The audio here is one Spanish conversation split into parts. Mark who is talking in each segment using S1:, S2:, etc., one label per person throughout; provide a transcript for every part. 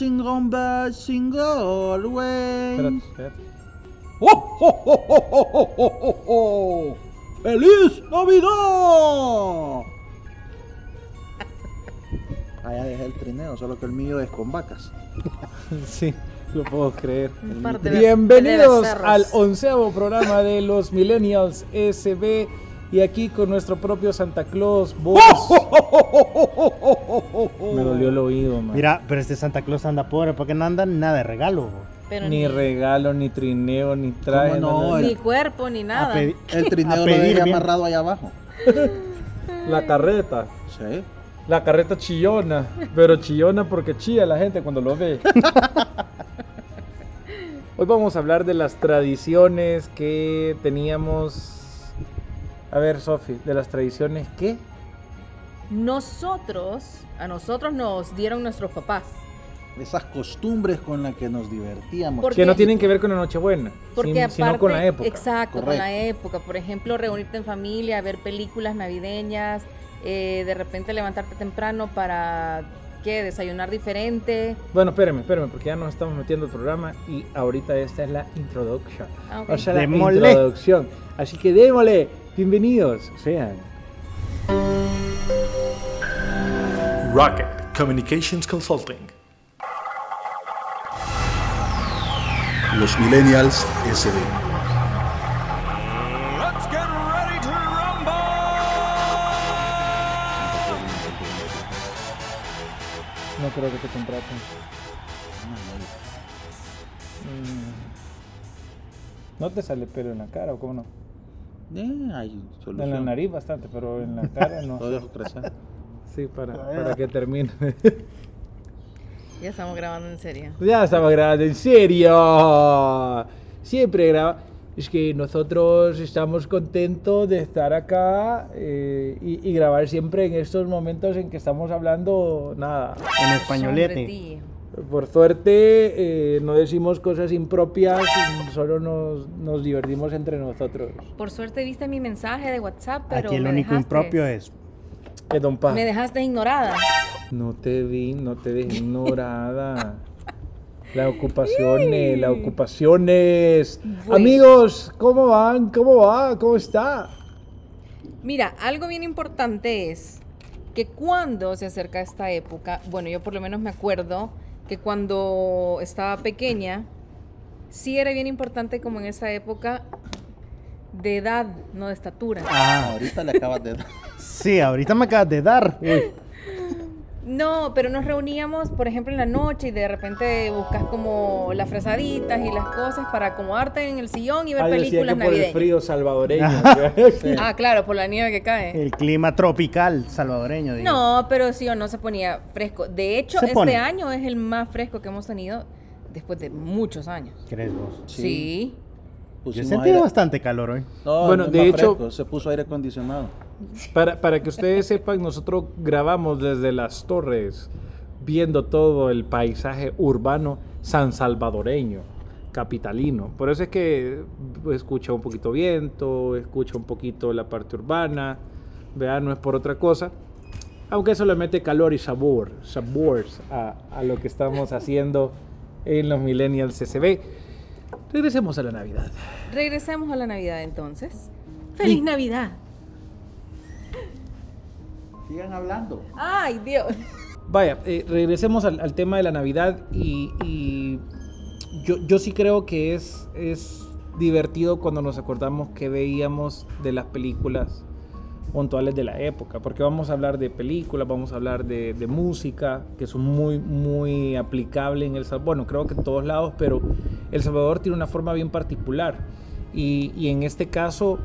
S1: Chingón, va, chingón, güey.
S2: Espérate, espérate. ¡Oh, oh, oh, oh, oh, oh, oh, oh, oh! feliz Navidad!
S1: Allá es Ah, el trineo, solo que el mío es con vacas.
S2: Sí, lo puedo creer.
S3: Un par de- de
S2: Bienvenidos
S3: becerros.
S2: al onceavo programa de los Millennials SB y aquí con nuestro propio Santa Claus. Vos.
S1: Oh,
S2: ¡Oh, Me dolió el oído, man.
S4: Mira, pero este Santa Claus anda pobre porque no anda nada de regalo. bo.
S3: Pero
S2: Ni regalo, ni trineo, ni traje.
S1: ¿Cómo no?
S3: ni cuerpo, ni
S4: A
S3: nada.
S4: pedi-
S1: El trineo
S4: A
S1: lo
S4: pedir
S1: dejé
S4: bien.
S1: amarrado allá abajo.
S2: La carreta.
S1: Sí.
S2: La carreta chillona, pero chillona porque chilla la gente cuando lo ve. Hoy vamos a hablar de las tradiciones que teníamos. A ver, Sofi, de las tradiciones que.
S3: Nosotros, a nosotros nos dieron nuestros papás.
S1: Esas costumbres con las que nos divertíamos.
S3: Porque-
S2: Que no tienen que ver con la Nochebuena,
S3: Porque
S2: sin-
S3: aparte,
S2: sino con la época.
S3: Exacto, con
S1: Correcto.
S3: la época. Por ejemplo, reunirte en familia, ver películas navideñas, eh, de repente levantarte temprano para, ¿qué? Desayunar diferente.
S2: Bueno, espérame, espérame, porque ya nos estamos metiendo al programa y ahorita esta es la introduction.
S3: Ah, ok.
S2: O sea, la
S4: Démosle.
S2: introducción. Así que démosle, bienvenidos sean.
S5: Rocket Communications Consulting.
S6: Los Millennials SD.
S2: No creo que te contraten. Mm. No te sale pelo en la cara, ¿o cómo no?
S1: Eh, hay solución.
S2: En la nariz bastante, pero en la cara no.
S1: Lo dejo crecer.
S2: Sí, para, para que termine.
S3: Ya estamos grabando en serio.
S2: ya estamos grabando, en serio. Siempre graba. Es que nosotros estamos contentos de estar acá eh, y, y grabar siempre en estos momentos en que estamos hablando nada.
S4: En
S3: Hombre,
S4: españolete.
S3: tío.
S2: Por suerte eh, no decimos cosas impropias, solo nos, nos divertimos entre nosotros.
S3: Por suerte viste mi mensaje de WhatsApp, pero
S4: Aquí el
S3: me
S4: único
S3: dejaste-
S4: impropio es.
S2: Que don Pa,
S3: Me dejaste ignorada.
S2: No te vi, no te dejé ignorada. Las ocupaciones, las ocupaciones.
S3: Bueno.
S2: Amigos, ¿cómo van? ¿Cómo va? ¿Cómo está?
S3: Mira, algo bien importante es que cuando se acerca esta época, bueno, yo por lo menos me acuerdo que cuando estaba pequeña, sí era bien importante como en esa época de edad, no de estatura.
S1: Ah, ahorita le acabas de dar.
S4: Sí, ahorita me acabas de dar. Uy,
S3: No, pero nos reuníamos, por ejemplo, en la noche y de repente buscas como las fresaditas y las cosas para acomodarte en el sillón y ver
S2: Ah, yo decía
S3: películas
S2: que por el
S3: navideñas.
S2: frío salvadoreño.
S3: Ah, claro, por la nieve que cae.
S4: el clima tropical salvadoreño. digo.
S3: No, pero sí o no se ponía fresco. De hecho,
S4: Se
S3: este
S4: pone.
S3: año es el más fresco que hemos tenido después de muchos años.
S4: ¿Crees vos?
S3: Sí.
S4: Yo he
S1: Pusimos
S4: sentido
S1: aire-
S4: bastante calor hoy.
S1: No, no
S2: Bueno,
S1: es
S2: de
S1: más
S2: hecho-
S1: fresco, se puso aire acondicionado.
S2: Para, para que ustedes sepan, nosotros grabamos desde las torres, viendo todo el paisaje urbano san salvadoreño, capitalino. Por eso es que escucha un poquito viento, escucha un poquito la parte urbana, vean, no es por otra cosa. Aunque eso le mete calor y sabor, sabores a, a lo que estamos haciendo en los Millennials CCB. Regresemos a la Navidad.
S3: Regresemos a la Navidad entonces. ¡Feliz Navidad!
S1: Sigan hablando.
S3: ¡Ay, Dios!
S2: Vaya, eh, regresemos al, al tema de la Navidad y, y yo, yo sí creo que es, es divertido cuando nos acordamos que veíamos de las películas puntuales de la época, porque vamos a hablar de películas, vamos a hablar de, de música, que son muy, muy aplicable en El Salvador, bueno, creo que en todos lados, pero El Salvador tiene una forma bien particular y, y en este caso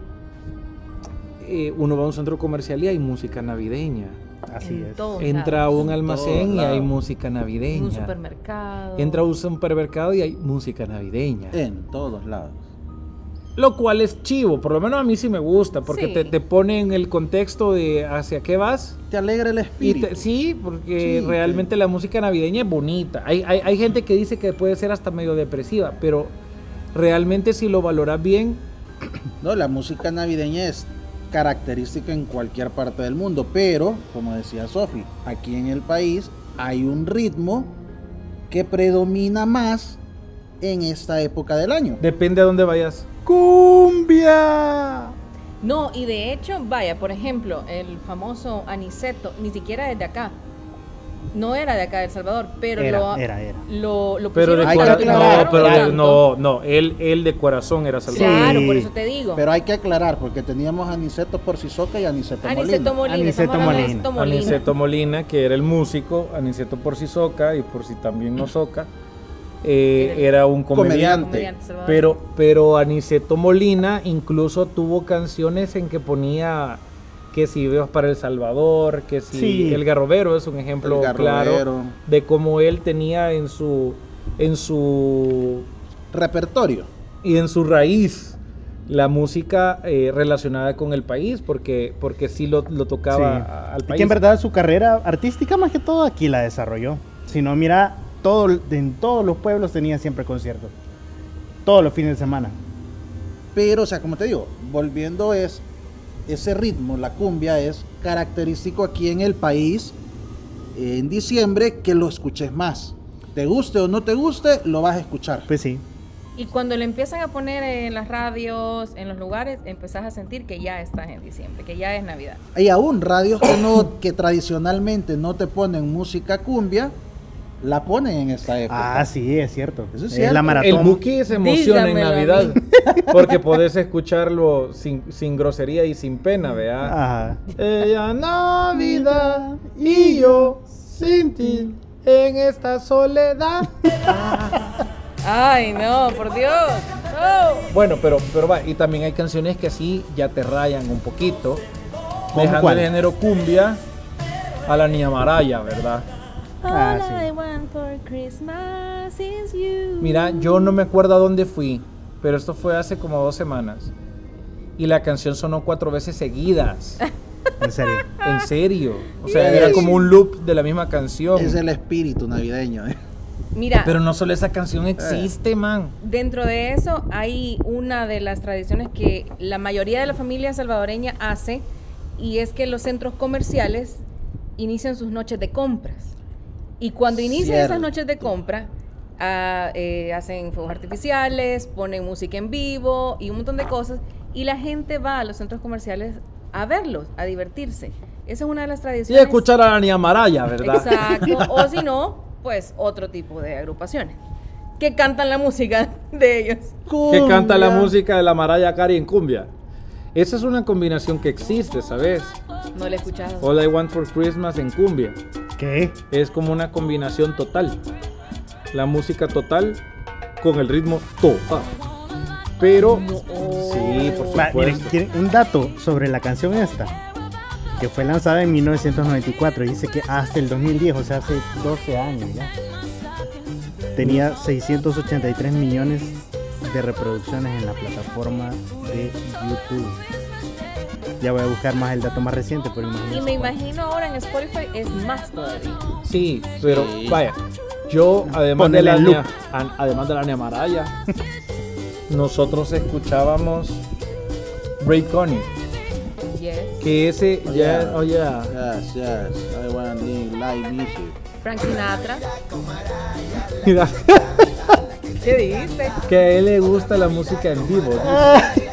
S2: eh, uno va a un centro comercial y hay música navideña.
S4: Así
S3: En
S4: es.
S3: todo.
S2: Entra a un
S1: todos
S2: almacén y hay
S1: lados.
S2: música
S3: En un
S2: navideña.
S3: supermercado.
S2: Entra a un supermercado y hay música navideña.
S1: En todos lados.
S2: Lo cual es chivo, por lo menos a mí sí me gusta, porque
S3: Sí.
S2: te, te pone en el contexto de hacia qué vas.
S1: Te alegra el
S2: Y
S1: espíritu.
S2: te- sí, porque
S1: Sí,
S2: realmente la música navideña es bonita. Hay, hay- hay gente que dice que puede ser hasta medio depresiva, pero realmente si lo valoras bien,
S1: No, la música navideña es característica en cualquier parte del mundo, pero, como decía Sofi, aquí en el país hay un ritmo que predomina más en esta época del año.
S2: Depende a dónde vayas. ¡Cumbia!
S3: No, y de hecho, vaya, por ejemplo, el famoso Aniceto, ni siquiera es de acá. No era de acá de El Salvador, pero
S4: Era,
S3: lo,
S4: era, era.
S3: lo, lo
S2: Pero de
S3: pusieron-
S1: Hay que
S2: cora-
S1: aclarar,
S2: No, pero de-
S3: tanto.
S2: no, no. Él, él de corazón era salvador.
S3: Claro,
S4: Sí.
S3: por eso te digo.
S1: Pero hay que aclarar, porque teníamos a Aniceto por Sisoca y a Aniceto Molina.
S3: Aniceto Molina.
S4: Aniceto
S3: estamos hablando de
S4: Molina.
S3: Aniceto Molina.
S2: Aniceto Molina, que era el músico, Aniceto por si soca y por si también no soca, eh,
S3: Era-
S2: era un
S1: Comediante.
S2: comediante.
S3: Comediante Salvador.
S2: Pero, pero Aniceto Molina incluso tuvo canciones en que ponía que si Dios para El Salvador, que si
S4: Sí.
S2: El Garrobero es un ejemplo
S1: El Garrobero.
S2: claro de cómo él tenía en su en su
S1: Repertorio.
S2: y en su raíz la música eh, relacionada con el país, porque porque sí lo, lo tocaba
S4: Sí.
S2: a- al
S4: Y
S2: país.
S4: que en verdad su carrera artística más que todo aquí la desarrolló. Si no, mira, todo, en todos los pueblos tenía siempre conciertos. Todos los fines de semana.
S1: Pero, o sea, como te digo, volviendo es ese ritmo, la cumbia es característico aquí en el país eh, en diciembre que lo escuches más. Te guste o no te guste, lo vas a escuchar.
S4: Pues sí.
S3: Y cuando le empiezan a poner en las radios, en los lugares, empezás a sentir que ya estás en diciembre, que ya es Navidad.
S1: Hay aún radios que no que tradicionalmente no te ponen música cumbia, la ponen en esta época.
S4: Ah, sí, es cierto.
S1: Eso es
S4: es
S1: cierto.
S4: la
S2: El
S4: maratón.
S2: Buki se emociona en
S3: Dígamelo a
S2: Navidad
S3: mí.
S2: porque podés escucharlo sin, sin grosería y sin pena,
S3: Ah.
S2: ¿verdad?
S4: Ajá.
S2: Ella Navidad y yo sin ti en esta soledad.
S3: Ay, no, por Dios.
S4: Ah,
S3: Oh. No.
S2: Bueno, pero, pero va, y también hay canciones que así ya te rayan un poquito,
S4: ¿Cómo
S2: dejando
S4: cuál?
S2: el género cumbia a la niña Maraya, ¿verdad?
S4: Ah,
S3: All
S4: sí.
S3: I want for Christmas is you.
S2: Mira, yo no me acuerdo a dónde fui, pero esto fue hace como dos semanas. Y la canción sonó cuatro veces seguidas.
S4: En serio.
S2: En
S3: Ah.
S2: serio. O sea, era como un loop de la misma canción.
S1: Es el espíritu navideño. eh.
S3: Mira,
S2: Pero no solo esa canción existe, man.
S3: dentro de eso hay una de las tradiciones que la mayoría de la familia salvadoreña hace y es que los centros comerciales inician sus noches de compras. Y cuando inician
S1: Cierto.
S3: esas noches de compra, ah, eh, hacen fuegos artificiales, ponen música en vivo y un montón de cosas. Y la gente va a los centros comerciales a verlos, a divertirse. Esa es una de las
S2: Sí,
S3: tradiciones.
S2: escuchar a la niña Maraya, ¿verdad?
S3: Exacto. O si no, pues otro tipo de agrupaciones que cantan la música de ellos.
S2: Que canta la
S1: Cumbia.
S2: música de la Maraya Cari en cumbia. Esa es una combinación que existe, ¿sabes?
S3: No le he escuchado.
S2: All I Want for Christmas en cumbia.
S4: ¿Qué?
S2: Es como una combinación total. La música total con el ritmo total. Pero sí, por
S4: Va, miren,
S2: supuesto.
S4: ¿quieren un dato sobre la canción esta, que fue lanzada en 1994 y dice que hasta el 2010, o sea, hace 12 años ya, tenía 683 millones de reproducciones en la plataforma de YouTube. Ya voy a buscar más el dato más reciente, pero imagínense
S3: Y me
S4: cuál.
S3: imagino ahora en Spotify es más todavía.
S2: Sí, pero vaya, yo además
S4: Ponele
S2: de, la
S4: en
S2: Nia-
S4: loop.
S2: an- además de la Nia Maraya, nosotros escuchábamos Ray Connie,
S3: Yes.
S2: que ese
S1: Oh,
S2: ya,
S1: yeah.
S2: oh, yeah.
S1: Yes, yes. I want the live music.
S3: Frank Sinatra.
S2: Mira,
S3: ¿Qué dijiste?
S2: que a él le gusta la música en vivo. dice.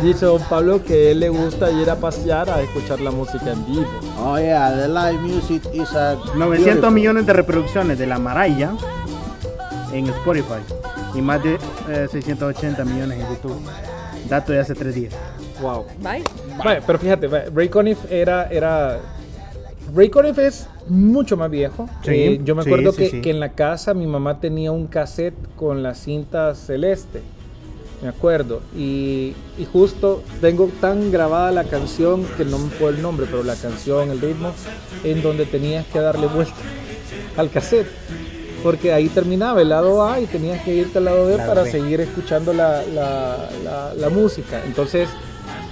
S2: Dice don Pablo que a él le gusta ir a pasear a escuchar la música en vivo.
S1: Oh yeah, the live music is a
S4: 900
S1: beautiful.
S4: millones de reproducciones de La Maraya en Spotify y más de eh, 680 millones en YouTube. Dato de hace tres días.
S2: Wow.
S3: Bye.
S2: Vaya, pero fíjate, vaya, Ray Conniff era, era... Ray Conniff es mucho más viejo.
S4: Sí,
S2: Eh, yo me
S4: sí,
S2: acuerdo
S4: sí,
S2: que,
S4: sí.
S2: que en la casa mi mamá tenía un cassette con la cinta celeste. Me acuerdo. Y, y justo tengo tan grabada la canción, que no me puedo el nombre, pero la canción, el ritmo, en donde tenías que darle vuelta al cassette. Porque ahí terminaba el lado A y tenías que irte al lado B
S4: Lado
S2: para
S4: B.
S2: seguir escuchando la, la- la- la música. Entonces,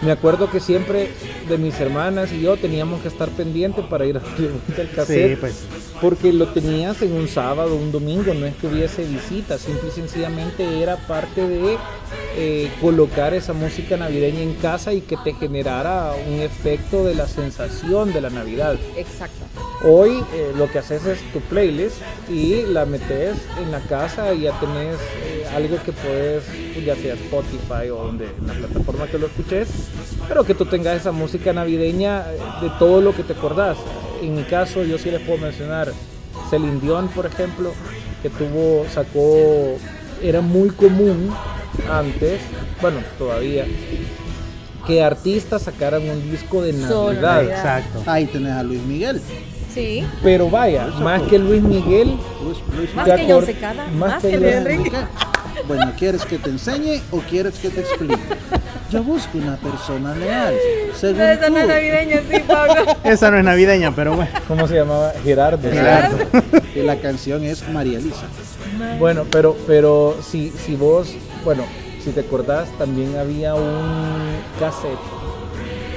S2: me acuerdo que siempre de mis hermanas y yo teníamos que estar pendientes para ir a darle vuelta al cassette.
S4: Sí, pues.
S2: Porque lo tenías en un sábado, un domingo, no es que hubiese visita, simple y sencillamente era parte de eh, colocar esa música navideña en casa y que te generara un efecto de la sensación de la Navidad.
S3: Exacto.
S2: Hoy eh, lo que haces es tu playlist y la metes en la casa y ya tenés eh, algo que puedes, ya sea Spotify o donde en la plataforma que lo escuches, pero que tú tengas esa música navideña eh, de todo lo que te acordás. En mi caso, yo sí les puedo mencionar Celine Dion, por ejemplo, que tuvo, sacó, era muy común antes, bueno, todavía, que artistas sacaran un disco de
S3: Solo
S2: Navidad.
S3: Navidad.
S4: Exacto.
S1: Ahí tenés a Luis Miguel.
S3: Sí.
S2: Pero vaya, más que Luis Miguel,
S1: Luis- Luis
S3: Más
S2: te
S3: que
S2: acor-
S3: John Secada, más que
S2: Luis
S3: Luis Enrique.
S1: Ok. Bueno, ¿quieres que te enseñe o quieres que te explique? Yo busco una persona leal. Según
S3: Ustedes son
S1: tú.
S3: las navideñas, sí, Pablo.
S4: Esa no es navideña, pero bueno.
S2: ¿Cómo se llamaba? Gerardo.
S1: Gerardo. Y la canción es María Elisa.
S2: Bueno, pero, pero si, si vos, bueno, si te acordás, también había un cassette.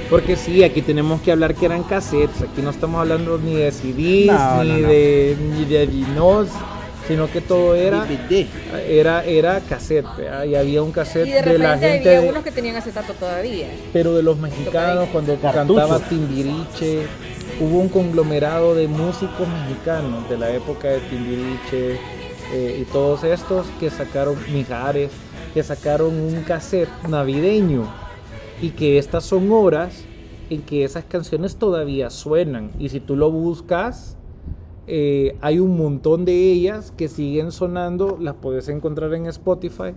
S2: Porque sí, aquí tenemos que hablar que eran cassettes. Aquí no estamos hablando ni de CDs,
S4: No,
S2: ni,
S4: no, no.
S2: De, ni de vinos, sino que todo era,
S1: DVD.
S2: era, era cassette. ¿verdad? Y había un cassette
S3: Y de
S2: de la
S3: repente
S2: gente.
S3: había
S2: de-
S3: unos que tenían acetato todavía.
S2: pero de los mexicanos cuando
S4: Cartuchos.
S2: cantaba Timbiriche hubo un conglomerado de músicos mexicanos de la época de Timbiriche eh, y todos estos que sacaron Mijares que sacaron un cassette navideño y que estas son horas en que esas canciones todavía suenan y si tú lo buscas eh, hay un montón de ellas que siguen sonando, las puedes encontrar en Spotify,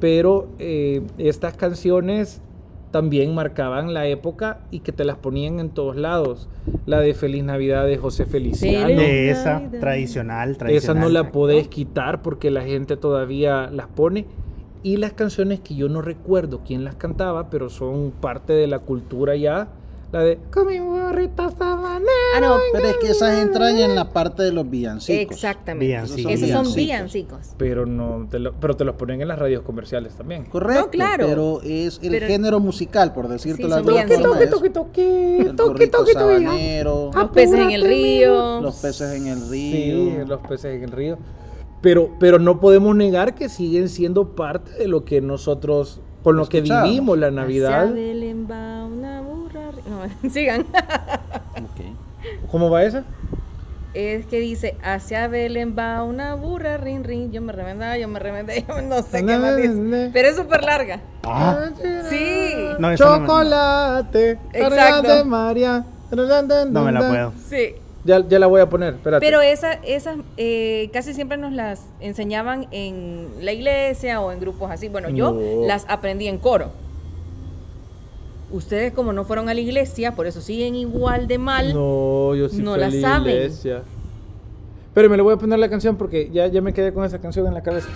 S2: pero eh, estas canciones también marcaban la época y que te las ponían en todos lados. La de Feliz Navidad de José Feliciano.
S4: De esa tradicional, tradicional.
S2: Esa no la podés quitar porque la gente todavía las pone. Y las canciones que yo no recuerdo quién las cantaba, pero son parte de la cultura ya. La de Con mi gorrita sabanera".
S3: Ah, no.
S1: Pero es que esas entrañan en la parte de los villancicos.
S3: Exactamente.
S4: Villancicos.
S3: Esos son
S1: Villancicos.
S3: villancicos.
S2: Pero no, te lo- pero te los ponen en las radios comerciales también.
S1: Correcto,
S3: No, claro.
S1: pero es el
S3: Pero-
S1: género musical, por decirte
S3: Sí,
S1: la
S3: son
S1: verdad.
S3: villancicos.
S1: forma es
S2: toqui,
S1: El burrito sabanero,
S3: Los peces en el río.
S1: Ah, los peces en el
S2: Sí,
S1: río.
S2: los peces en el río. Pero, pero no podemos negar que siguen siendo parte de lo que nosotros, con lo que
S1: Escuchábamos.
S2: vivimos la
S3: Hacia
S2: Navidad.
S3: Belén va una burra arri- No, sigan.
S1: Ok.
S2: ¿Cómo va esa?
S3: Es que dice, hacia Belén va una burra, rin, rin. Yo me remendaba, yo me remendé, yo no sé qué más dice. Pero es súper larga.
S4: Ah,
S3: Sí,
S4: no, esa no me-
S2: Chocolate,
S3: Exacto.
S2: cargada de María.
S4: No me la puedo.
S3: sí.
S2: Ya, ya la voy a poner, espérate.
S3: Pero esa- esas eh, casi siempre nos las enseñaban en la iglesia o en grupos así. Bueno, yo
S2: No.
S3: las aprendí en coro. Ustedes como no fueron a la iglesia, por eso siguen igual de mal.
S2: No, yo sí
S3: No
S2: fui
S3: la
S2: a
S3: saben.
S2: iglesia. Pero me le voy a poner la canción porque ya, ya me quedé con esa canción en la cabeza.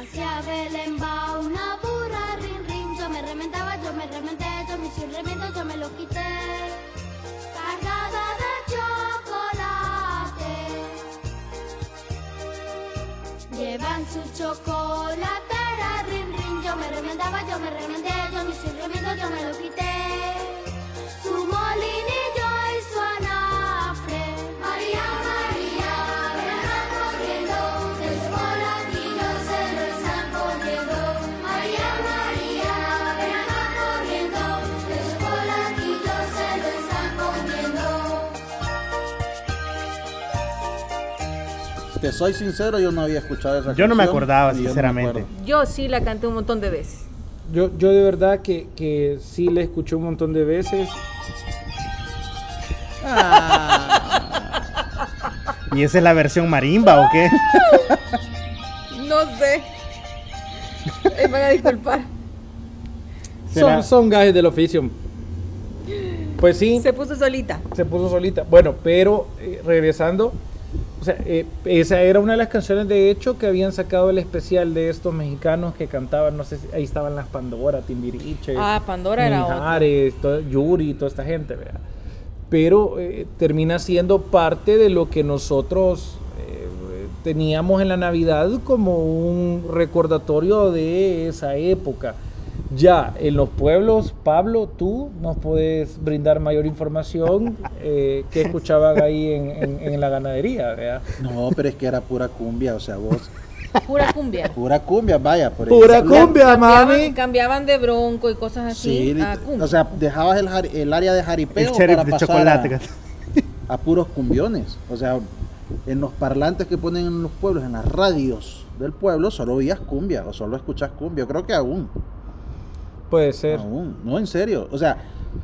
S7: Hacia Belén va una burra, rin rin. Yo me remendaba, yo me remendé, yo me hice un remiendo, yo me lo quité. Cargada de chocolate. Llevan su chocolatera, rin rin. Yo me remendaba, yo me remendé, yo me hice un remiendo, yo me lo quité. Su molinillo y su anafre. María, María, verán corriendo, del voladillo se lo están comiendo. María, María, verán corriendo, del voladillo se lo están comiendo.
S1: Te soy sincero, yo no había escuchado esa
S4: Yo no me
S1: canción,
S4: acordaba,
S1: y yo no me
S4: sinceramente.
S1: acuerdo.
S3: Yo sí la canté un montón de veces.
S2: Yo, yo de verdad que, que sí la escuché un montón de veces.
S4: ¿Y esa es la versión marimba o qué?
S3: No sé. Me van a disculpar.
S2: Son,
S4: Será-
S2: son gajes del oficio. Pues sí,
S3: Se puso solita.
S2: se puso solita. Bueno, pero eh, regresando, o sea, eh, esa era una de las canciones de hecho que habían sacado el especial de estos mexicanos que cantaban, no sé, si- ahí estaban las Pandora, Timbiriche.
S3: Ah, Pandora era otra.
S2: Mijares, to- Yuri, toda esta gente, ¿verdad? Pero eh, termina siendo parte de lo que nosotros eh, teníamos en la Navidad como un recordatorio de esa época. Ya, en los pueblos, Pablo, tú nos puedes brindar mayor información eh, que escuchaban ahí en, en- en la ganadería, ¿verdad?
S1: No, pero es que era pura cumbia, o sea, vos,
S3: Pura cumbia.
S1: pura cumbia, vaya, por
S2: ¡Pura
S1: ejemplo.
S2: cumbia, mami!
S3: Cambiaban, cambiaban de bronco y cosas
S1: Sí,
S3: así. a
S1: lit-
S3: Ah, cumbia.
S1: o sea, dejabas el, jar- el área de
S4: El
S1: jaripeo
S4: sheriff
S1: para
S4: de
S1: pasar
S4: chocolate.
S1: a- a puros cumbiones. O sea, en los parlantes que ponen en los pueblos, en las radios del pueblo, solo oías cumbia o solo escuchas cumbia. Creo que aún.
S2: Puede ser.
S1: Aún. No, en serio. O sea,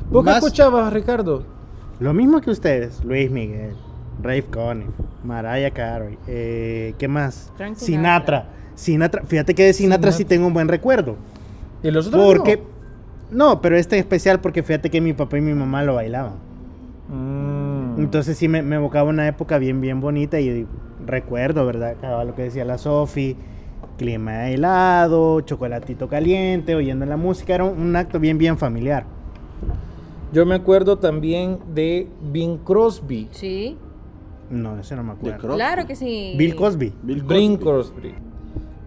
S2: ¿Vos qué
S1: más-
S2: escuchabas, Ricardo?
S4: Lo mismo que ustedes, Luis Miguel, Rave Conniff, Mariah Carey, eh, ¿qué más?
S3: Frank
S4: Sinatra. Sinatra. Fíjate que de Sinatra, sí
S2: Sinatra.
S4: tengo un buen recuerdo.
S2: ¿Y los otros?
S4: Porque. No, pero este es especial porque fíjate que mi papá y mi mamá lo bailaban.
S2: no? Mm.
S4: Entonces sí me, me evocaba una época bien, bien bonita y recuerdo, ¿verdad? Cada lo que decía la Sofi, clima de helado, chocolatito caliente, oyendo la música, era un, un acto bien, bien familiar.
S2: Yo me acuerdo también de Bing Crosby.
S3: Sí,
S4: No, eso no me
S1: De
S4: acuerdo.
S1: Crosby.
S3: claro que sí.
S4: Bill Cosby.
S1: Bill Cosby.
S2: Bing Crosby.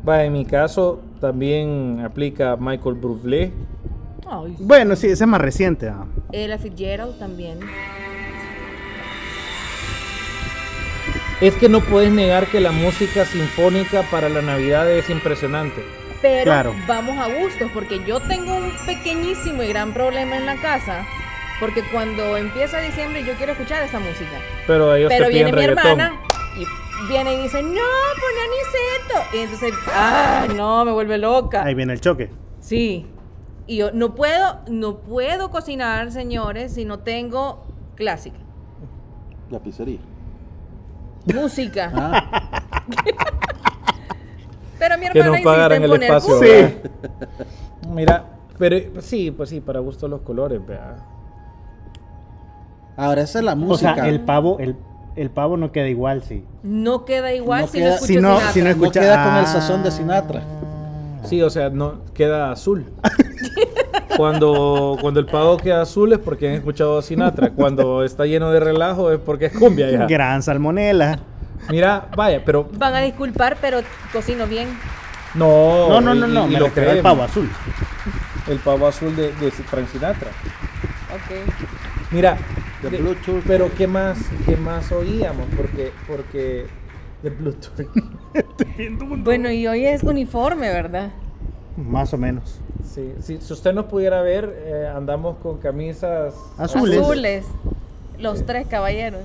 S2: Va, en mi caso también aplica Michael Bublé.
S3: Ay, sí.
S4: Bueno, sí, ese es más reciente. ¿no?
S3: Ella Fitzgerald también.
S2: Es que no puedes negar que la música sinfónica para la Navidad es impresionante.
S3: Pero
S4: Claro.
S3: vamos a gustos, porque yo tengo un pequeñísimo y gran problema en la casa. Porque cuando empieza diciembre yo quiero escuchar esa música.
S2: Pero ellos
S3: Pero
S2: te
S3: viene
S2: piden
S3: mi
S2: reggaetón.
S3: hermana y viene y dice, no, poné Aniceto. Y entonces, ah, no, me vuelve loca.
S4: Ahí viene el choque.
S3: Sí. Y yo no puedo, no puedo cocinar, señores, si no tengo clásica.
S1: La pizzería.
S3: Música.
S1: Ah,
S3: Pero mi
S2: Que
S3: hermana
S2: nos
S3: insiste
S2: pagaran
S3: en
S2: el
S3: poner
S2: espacio.
S3: cumbia.
S2: ¿verdad? Mira, pero eh, sí, pues sí, para gusto los colores, ¿verdad?
S1: ahora esa es la música.
S4: O sea, el pavo, el, el pavo no queda igual, sí.
S3: No queda igual
S1: No
S3: si, no
S1: queda-
S3: escucho
S4: si no-
S3: Sinatra.
S4: si no
S1: No
S4: escucha-
S1: queda con
S4: Ah.
S1: el sazón de Sinatra.
S2: Sí, o sea, no queda azul. Cuando, cuando el pavo queda azul es porque han escuchado a Sinatra. Cuando está lleno de relajo es porque es cumbia ya.
S4: Gran salmonela.
S2: Mira, vaya, pero
S3: Van a disculpar, pero cocino bien.
S2: no.
S4: No, no,
S2: y-
S4: no, no,
S2: y
S4: me
S2: lo
S4: refiero al
S2: creen.
S4: pavo azul.
S2: El pavo azul de, de Frank Sinatra.
S3: Ok.
S2: Mira,
S1: The
S2: de-
S1: Blue Turkey.
S2: pero qué más, qué más oíamos porque porque de Blue Turkey.
S3: Bueno, y hoy es uniforme, ¿verdad?
S4: Más o menos.
S2: Sí, sí, si usted nos pudiera ver, eh, andamos con camisas
S4: Azules.
S3: Azules. Los tres caballeros.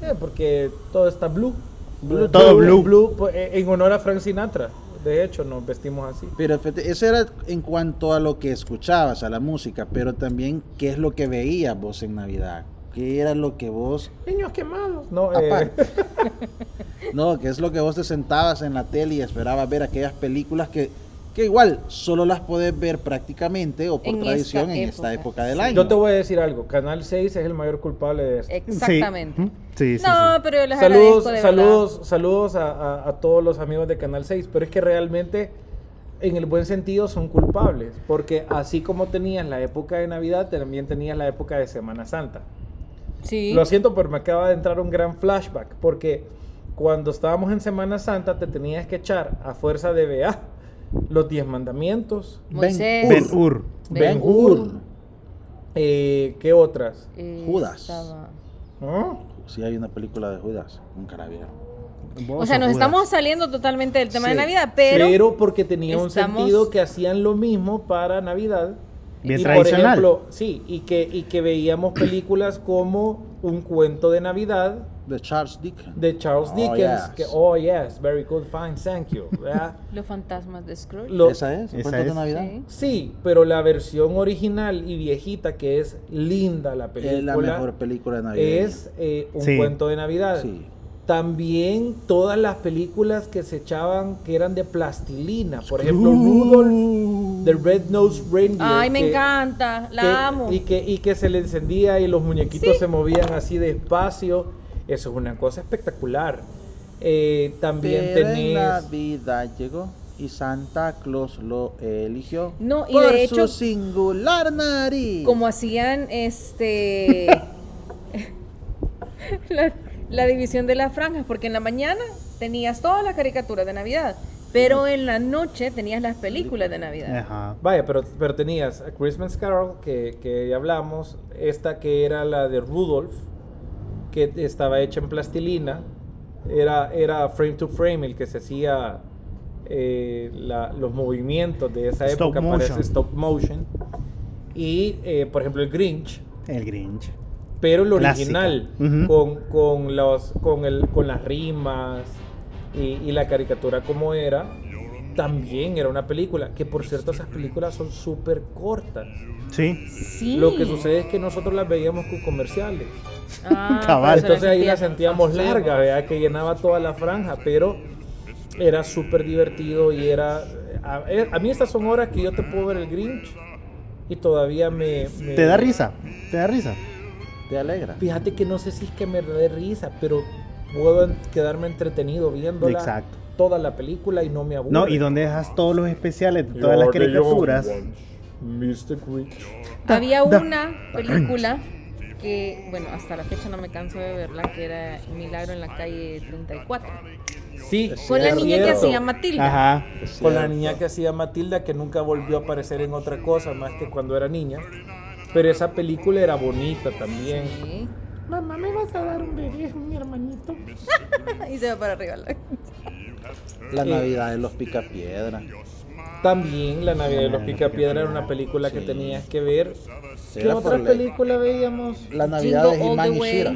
S2: Eh, porque todo está blue.
S4: Blue, todo blue.
S2: pues, eh, en honor a Frank Sinatra. De hecho, nos vestimos así.
S1: Pero fíjate, eso era en cuanto a lo que escuchabas, a la música, pero también qué es lo que veías vos en Navidad. ¿Qué era lo que vos...
S2: Niños quemados. No, eh,
S1: Aparte. No, qué es lo que vos te sentabas en la tele y esperabas ver aquellas películas que, que igual solo las podés ver prácticamente o por
S3: En esta
S1: tradición en esta
S3: época.
S1: época del
S3: Sí.
S1: año.
S2: yo te voy a decir algo. Canal 6 es el mayor culpable de esto.
S4: Sí.
S3: Exactamente.
S4: Sí, sí, sí.
S3: no, pero yo les
S2: Saludos,
S3: agradezco de
S2: saludos, saludos a, a- a todos los amigos de Canal 6. Pero es que realmente, en el buen sentido, son culpables. Porque así como tenías la época de Navidad, también tenías la época de Semana Santa.
S3: verdad. Sí.
S2: Lo siento, pero me acaba de entrar un gran flashback, porque cuando estábamos en Semana Santa te tenías que echar a fuerza de BA los 10 mandamientos,
S3: Moisés.
S4: Ben Ur.
S1: Ben
S2: Ben-Hur.
S1: Hur.
S2: eh, ¿qué otras?
S3: Eh,
S1: Judas.
S3: estaba-
S2: ¿Ah?
S1: Sí, hay una película de Judas, nunca la vieron.
S3: O sea, nos estamos saliendo totalmente del tema de
S1: Sí.
S3: Navidad,
S2: Pero,
S3: pero,
S2: porque tenía un
S3: estamos-
S2: sentido que hacían lo mismo para Navidad.
S4: Bien
S2: y
S4: tradicional.
S2: Por ejemplo, sí, y que, y que veíamos películas como Un cuento de Navidad,
S1: De Charles Dickens.
S2: de Charles
S1: Oh,
S2: Dickens,
S1: yes.
S2: que, oh yes, very good, fine, thank you. ¿verdad?
S3: los fantasmas de Scrooge.
S2: Lo-
S1: Esa es,
S4: Esa
S1: cuentos de
S4: es.
S1: Navidad.
S3: Sí.
S2: Sí, pero la versión original y viejita, que es linda la película,
S1: Es la mejor película de Navidad.
S2: es eh, un
S4: Sí.
S2: cuento de Navidad.
S1: Sí.
S2: También todas las películas que se echaban que eran de plastilina, por ejemplo, Rudolph, The Red Nose Reindeer.
S3: Ay, me
S2: que-
S3: encanta, la
S2: que-
S3: amo.
S2: Y que, y que se le encendía y los muñequitos
S3: Sí.
S2: se movían así despacio. Eso es una cosa espectacular. Eh, también
S1: Pero en
S2: tenés.
S1: Navidad llegó y Santa Claus lo eligió.
S3: No, y
S1: por
S3: de hecho-
S1: su singular nariz.
S3: Como hacían este la, la división de las franjas, porque en la mañana tenías todas las caricaturas de Navidad, pero en la noche tenías las películas de Navidad.
S4: Ajá.
S2: Vaya, pero, pero tenías a Christmas Carol, que, que ya hablamos, esta que era la de Rudolph, que estaba hecha en plastilina, era, era frame to frame el que se hacía eh, la- los movimientos de esa
S4: Stop
S2: época para
S4: motion.
S2: ese stop motion. Y, eh, por ejemplo, el Grinch,
S4: El Grinch.
S2: pero el
S4: Clásica.
S2: original,
S4: Ujú.
S2: con, con, los, con, el, con las rimas y, y la caricatura como era, también era una película, que por cierto esas películas son súper cortas.
S4: Sí.
S3: Sí.
S2: Lo que sucede es que nosotros las veíamos con comerciales.
S3: Ah,
S4: Cabal.
S3: por eso
S2: Entonces ahí la
S3: sentíamos.
S2: sentíamos larga, ¿verdad? que llenaba toda la franja, pero era súper divertido y era... A, eh, a mí estas son horas que yo te puedo ver el Grinch y todavía me... me-
S4: Te da risa. Te da risa.
S1: Te alegra.
S2: Fíjate que no sé si es que me dé risa, pero puedo en- quedarme entretenido viéndola
S4: Exacto.
S2: toda la película y no me aburre.
S4: No, y donde dejas todos los especiales de todas las caricaturas.
S2: Mr. Grinch.
S3: Había
S4: Da-
S3: una película que, bueno, hasta la fecha no me canso de verla, que era Milagro en la calle 34.
S2: Sí,
S3: Con la
S2: es
S3: niña que
S2: cierto.
S3: hacía Matilda.
S4: Ajá.
S2: Con la niña que hacía Matilda, que nunca volvió a aparecer en otra cosa más que cuando era niña. Pero esa película era bonita también.
S3: Sí.
S2: Mamá, ¿me vas a dar un bebé, mi hermanito?
S3: Y se va para arriba. la-
S1: La
S2: Eh.
S1: Navidad de los Picapiedra.
S2: También La Navidad de los
S4: Ah,
S2: Picapiedra era una película que
S1: Sí.
S2: tenías que ver. ¿Qué
S1: Era
S2: otra
S1: por ley.
S2: película veíamos?
S1: La Navidad
S3: Jingle
S1: de
S3: All the
S1: He-Man y
S3: Way.
S1: She-Ra.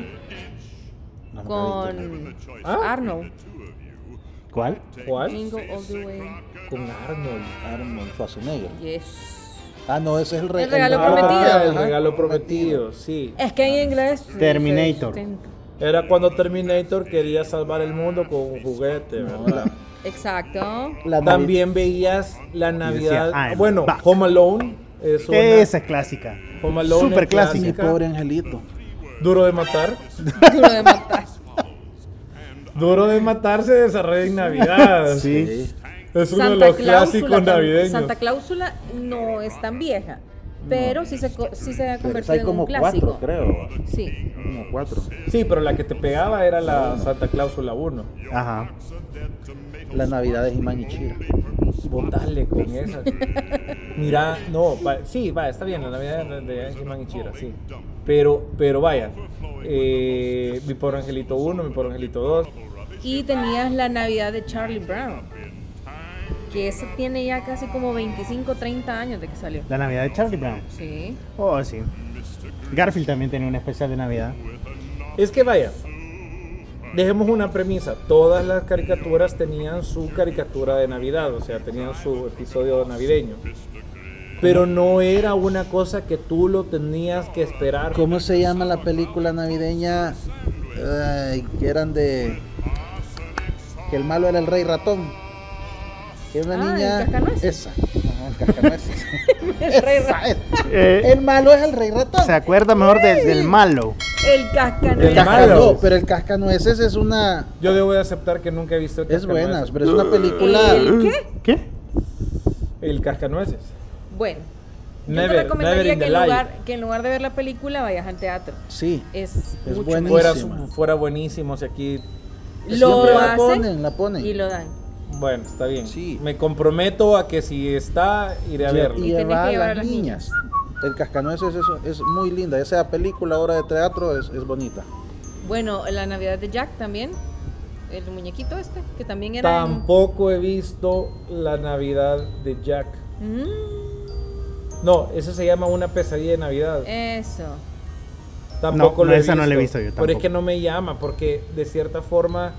S1: No, nunca he visto.
S3: Con
S2: Ah.
S3: Arnold.
S4: ¿Cuál?
S2: ¿Cuál?
S3: Jingle All the Way.
S2: Con Arnold.
S1: Arnold Schwarzenegger.
S3: Yes.
S1: Ah, no, ese es el, re-
S3: El regalo
S1: regalo
S3: prometido.
S2: Ah, el
S1: Ajá.
S2: regalo prometido, sí.
S3: Es que en inglés. sí,
S4: Terminator.
S3: se distinto.
S2: Era cuando Terminator quería salvar el mundo con un juguete, ¿verdad?
S3: Exacto.
S1: La Navi-
S2: También veías la Navidad.
S1: "Ah,
S4: decía, "I'm
S2: bueno,
S4: back".
S2: Home Alone es una.
S4: Esa es clásica.
S2: Home Alone es
S4: Súper
S1: Mi
S4: clásica.
S1: pobre angelito.
S2: Duro de matar.
S3: Duro de matar.
S2: Duro de matar se desarrolla en Navidad.
S4: Sí.
S1: Sí.
S2: Es uno de
S3: Santa
S2: los
S3: Cláusula.
S2: clásicos
S3: tam-
S2: navideños.
S3: Santa Cláusula no es tan vieja, pero sí se, co- sí se ha
S1: Pero
S3: convertido
S1: hay
S3: en
S1: como
S3: un clásico.
S1: cuatro, creo.
S3: Sí.
S1: Como cuatro.
S2: Sí, pero la que te pegaba era la Santa Cláusula 1.
S4: Ajá.
S1: La Navidad de He-Man y She-Ra.
S2: Botale con esa. Mira, no, va- sí, va, está bien, la Navidad de- de He-Man y Chira, sí. Pero, pero vaya, eh, mi pobre angelito 1, mi pobre angelito 2.
S3: Y tenías la Navidad de Charlie Brown, que esa tiene ya casi como 25, 30 años de que salió.
S4: La Navidad de Charlie Brown.
S3: Sí.
S4: Oh, sí. Garfield también tenía un especial de Navidad.
S2: Es que vaya, dejemos una premisa. Todas las caricaturas tenían su caricatura de Navidad, o sea, tenían su episodio navideño. Pero no era una cosa que tú lo tenías que esperar.
S1: ¿Cómo se llama la película navideña? Ay, que eran de. Que el malo era el rey ratón. Que una
S3: Ah,
S1: niña.
S3: ¿el cascanueces?
S1: Esa. Ajá, el cascanueces.
S3: El, rey
S1: Esa
S3: ra-
S1: es.
S4: Eh,
S1: El malo es el rey ratón.
S4: se acuerda mejor de- del malo.
S3: el cascanueces.
S1: el
S2: El
S1: cascano-
S2: malo.
S1: no, pero el cascanueces es una.
S2: Yo debo de aceptar que nunca he visto el
S1: Es buena,
S2: cascanueces.
S1: pero es una película.
S3: ¿El qué?
S4: ¿Qué?
S2: El cascanueces.
S3: Bueno, yo
S2: Never,
S3: te
S2: never
S3: recomendaría
S2: in
S3: que
S2: the
S3: en,
S2: life.
S3: lugar, que en lugar de ver la película vayas al teatro.
S1: Sí.
S3: Es,
S1: Es
S3: mucho
S1: buenísimo.
S2: Fuera,
S1: Buenísima.
S2: fuera buenísimo si aquí...
S1: Siempre
S3: Lo
S1: la
S3: hacen
S1: ponen, la ponen.
S3: y lo dan.
S2: Bueno, está bien.
S1: Sí.
S2: Me comprometo a que si está, iré a verlo.
S1: Y
S3: tenés que
S1: lleva a
S3: llevar a
S1: las
S3: las
S1: niñas. El cascanueces es, es muy linda. Esa película, obra de teatro, es, es bonita.
S3: Bueno, la Navidad de Jack también. El muñequito este, que también era.
S2: Tampoco he visto la Navidad de Jack.
S3: Mm, Eh.
S2: No, eso se llama una pesadilla de Navidad.
S3: eso.
S2: Tampoco
S4: No,
S2: lo
S4: no,
S2: he
S4: esa
S2: visto.
S4: no la he visto yo
S2: Pero es
S4: tampoco.
S2: que no me llama, porque de cierta forma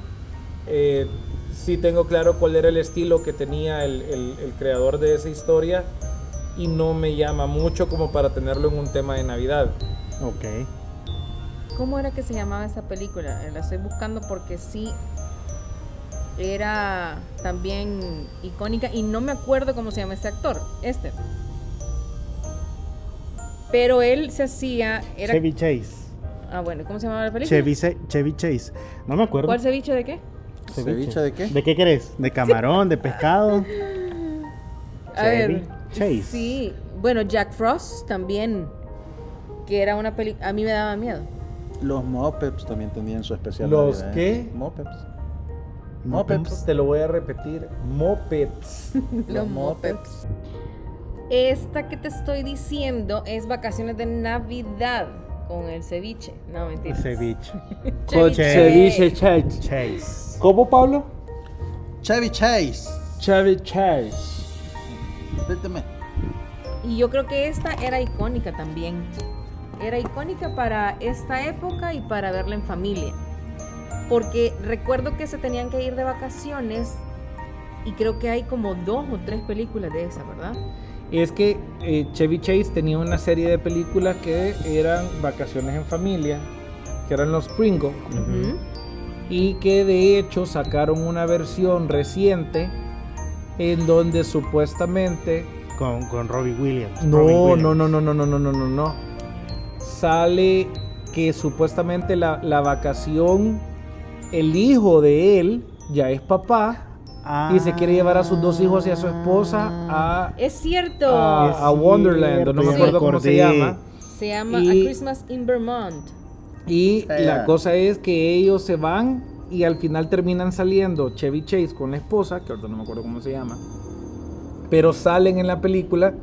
S2: eh, sí tengo claro cuál era el estilo que tenía el, el- el creador de esa historia y no me llama mucho como para tenerlo en un tema de Navidad.
S4: Ok.
S3: ¿Cómo era que se llamaba esa película? Eh, La estoy buscando porque sí era también icónica y no me acuerdo cómo se llama este actor, este. Pero él se hacía era
S4: Chevy Chase.
S3: Ah, bueno, ¿cómo se llamaba la película?
S4: Chevy, Se- Chevy Chase. No me acuerdo.
S3: ¿Cuál ceviche de qué?
S1: ¿Ceviche de qué?
S4: ¿De qué querés? ¿De camarón? ¿De pescado?
S3: A
S4: Chevy
S3: ver.
S4: Chase.
S3: Sí, bueno, Jack Frost también que era una película a mí me daba miedo.
S1: Los Mopeps también tenían su especial. ¿eh?
S2: ¿Los
S1: navideño.
S2: qué?
S1: Mopeps.
S4: Muppets.
S2: Te lo voy a repetir. Mopeds.
S3: Los Muppets. Esta que te estoy diciendo es vacaciones de Navidad con el ceviche. No, mentira.
S4: Ceviche.
S3: Ceviche.
S2: Chase.
S4: Chase.
S2: ¿Cómo, Pablo?
S1: Chevy Chase.
S2: Chevy Chase.
S1: Víteme.
S3: Y yo creo que esta era icónica también. era icónica para esta época y para verla en familia. Porque recuerdo que se tenían que ir de vacaciones y creo que hay como dos o tres películas de esa, ¿verdad?
S2: Es que eh, Chevy Chase tenía una serie de películas que eran vacaciones en familia, que eran los Pringles,
S3: Ujú.
S2: y que de hecho sacaron una versión reciente en donde supuestamente
S4: Con, con Robbie Williams. Robin
S2: no,
S4: Williams.
S2: no, no, no, no, no, no, no, no, no. Sale que supuestamente la, la vacación, el hijo de él ya es papá
S4: Ah,
S2: y se quiere llevar a sus dos hijos y a su esposa a,
S3: Es cierto.
S2: a, Ah, a
S4: Es
S2: Wonderland, o no me
S4: Ah, cierto,
S3: ya
S2: acuerdo
S3: me
S2: cómo se
S4: acordé.
S2: llama.
S3: se llama
S2: y-
S3: A Christmas in Vermont.
S2: Y
S1: Ah, ya.
S2: la cosa es que ellos se van y al final terminan saliendo Chevy Chase con la esposa, que ahorita no me acuerdo cómo se llama, pero salen en la película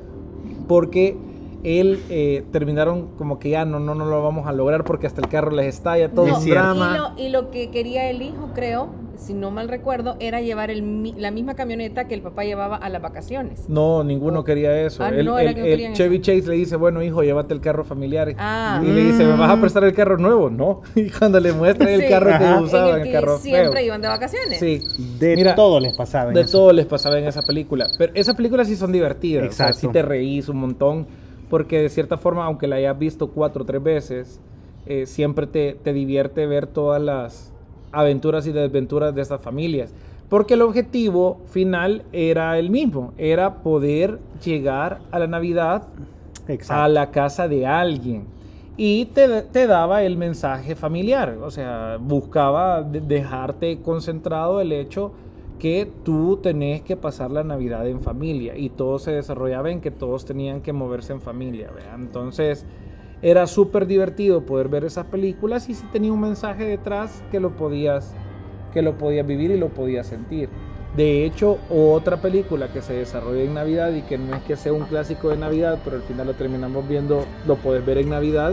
S2: porque él eh, terminaron como que ya no, no, no lo vamos a lograr porque hasta el carro les estalla, todo
S4: No,
S2: un
S4: Es cierto.
S2: drama.
S3: Y, lo, y lo que quería el hijo, creo, si no mal recuerdo, era llevar el mi- la misma camioneta que el papá llevaba a las vacaciones.
S2: No, ninguno quería eso.
S3: Ah,
S2: Él-
S3: no, era
S2: él-
S3: que no
S2: él-
S3: querían
S2: Chevy Chase le dice, bueno hijo, llévate el carro familiar.
S3: Ah.
S2: Y le dice, ¿me vas a prestar el carro nuevo? No. Y cuando le muestra el
S3: Sí,
S2: carro
S3: en
S2: que usaban,
S3: el
S2: el,
S3: que
S2: carro
S3: siempre
S2: feo.
S3: iban de vacaciones.
S2: Sí.
S4: De
S2: Mira,
S4: todo les pasaba. en
S2: De
S4: eso.
S2: todo les pasaba en esa película. Pero esas películas sí son divertidas. O sea,
S4: Exacto.
S2: sí te reís un montón. Porque de cierta forma, aunque la hayas visto cuatro o tres veces, eh, siempre te, te divierte ver todas las aventuras y desventuras de estas familias. Porque el objetivo final era el mismo. Era poder llegar a la Navidad a
S4: Exacto.
S2: la casa de alguien. Y te, te daba el mensaje familiar, o sea, buscaba de- dejarte concentrado el hecho que tú tenés que pasar la Navidad en familia y todo se desarrollaba en que todos tenían que moverse en familia, ¿verdad? Entonces era súper divertido poder ver esas películas y si tenía un mensaje detrás que lo podías que lo podías vivir y lo podías sentir. De hecho, otra película que se desarrolla en Navidad y que no es que sea un clásico de Navidad, pero al final lo terminamos viendo, lo podés ver en Navidad,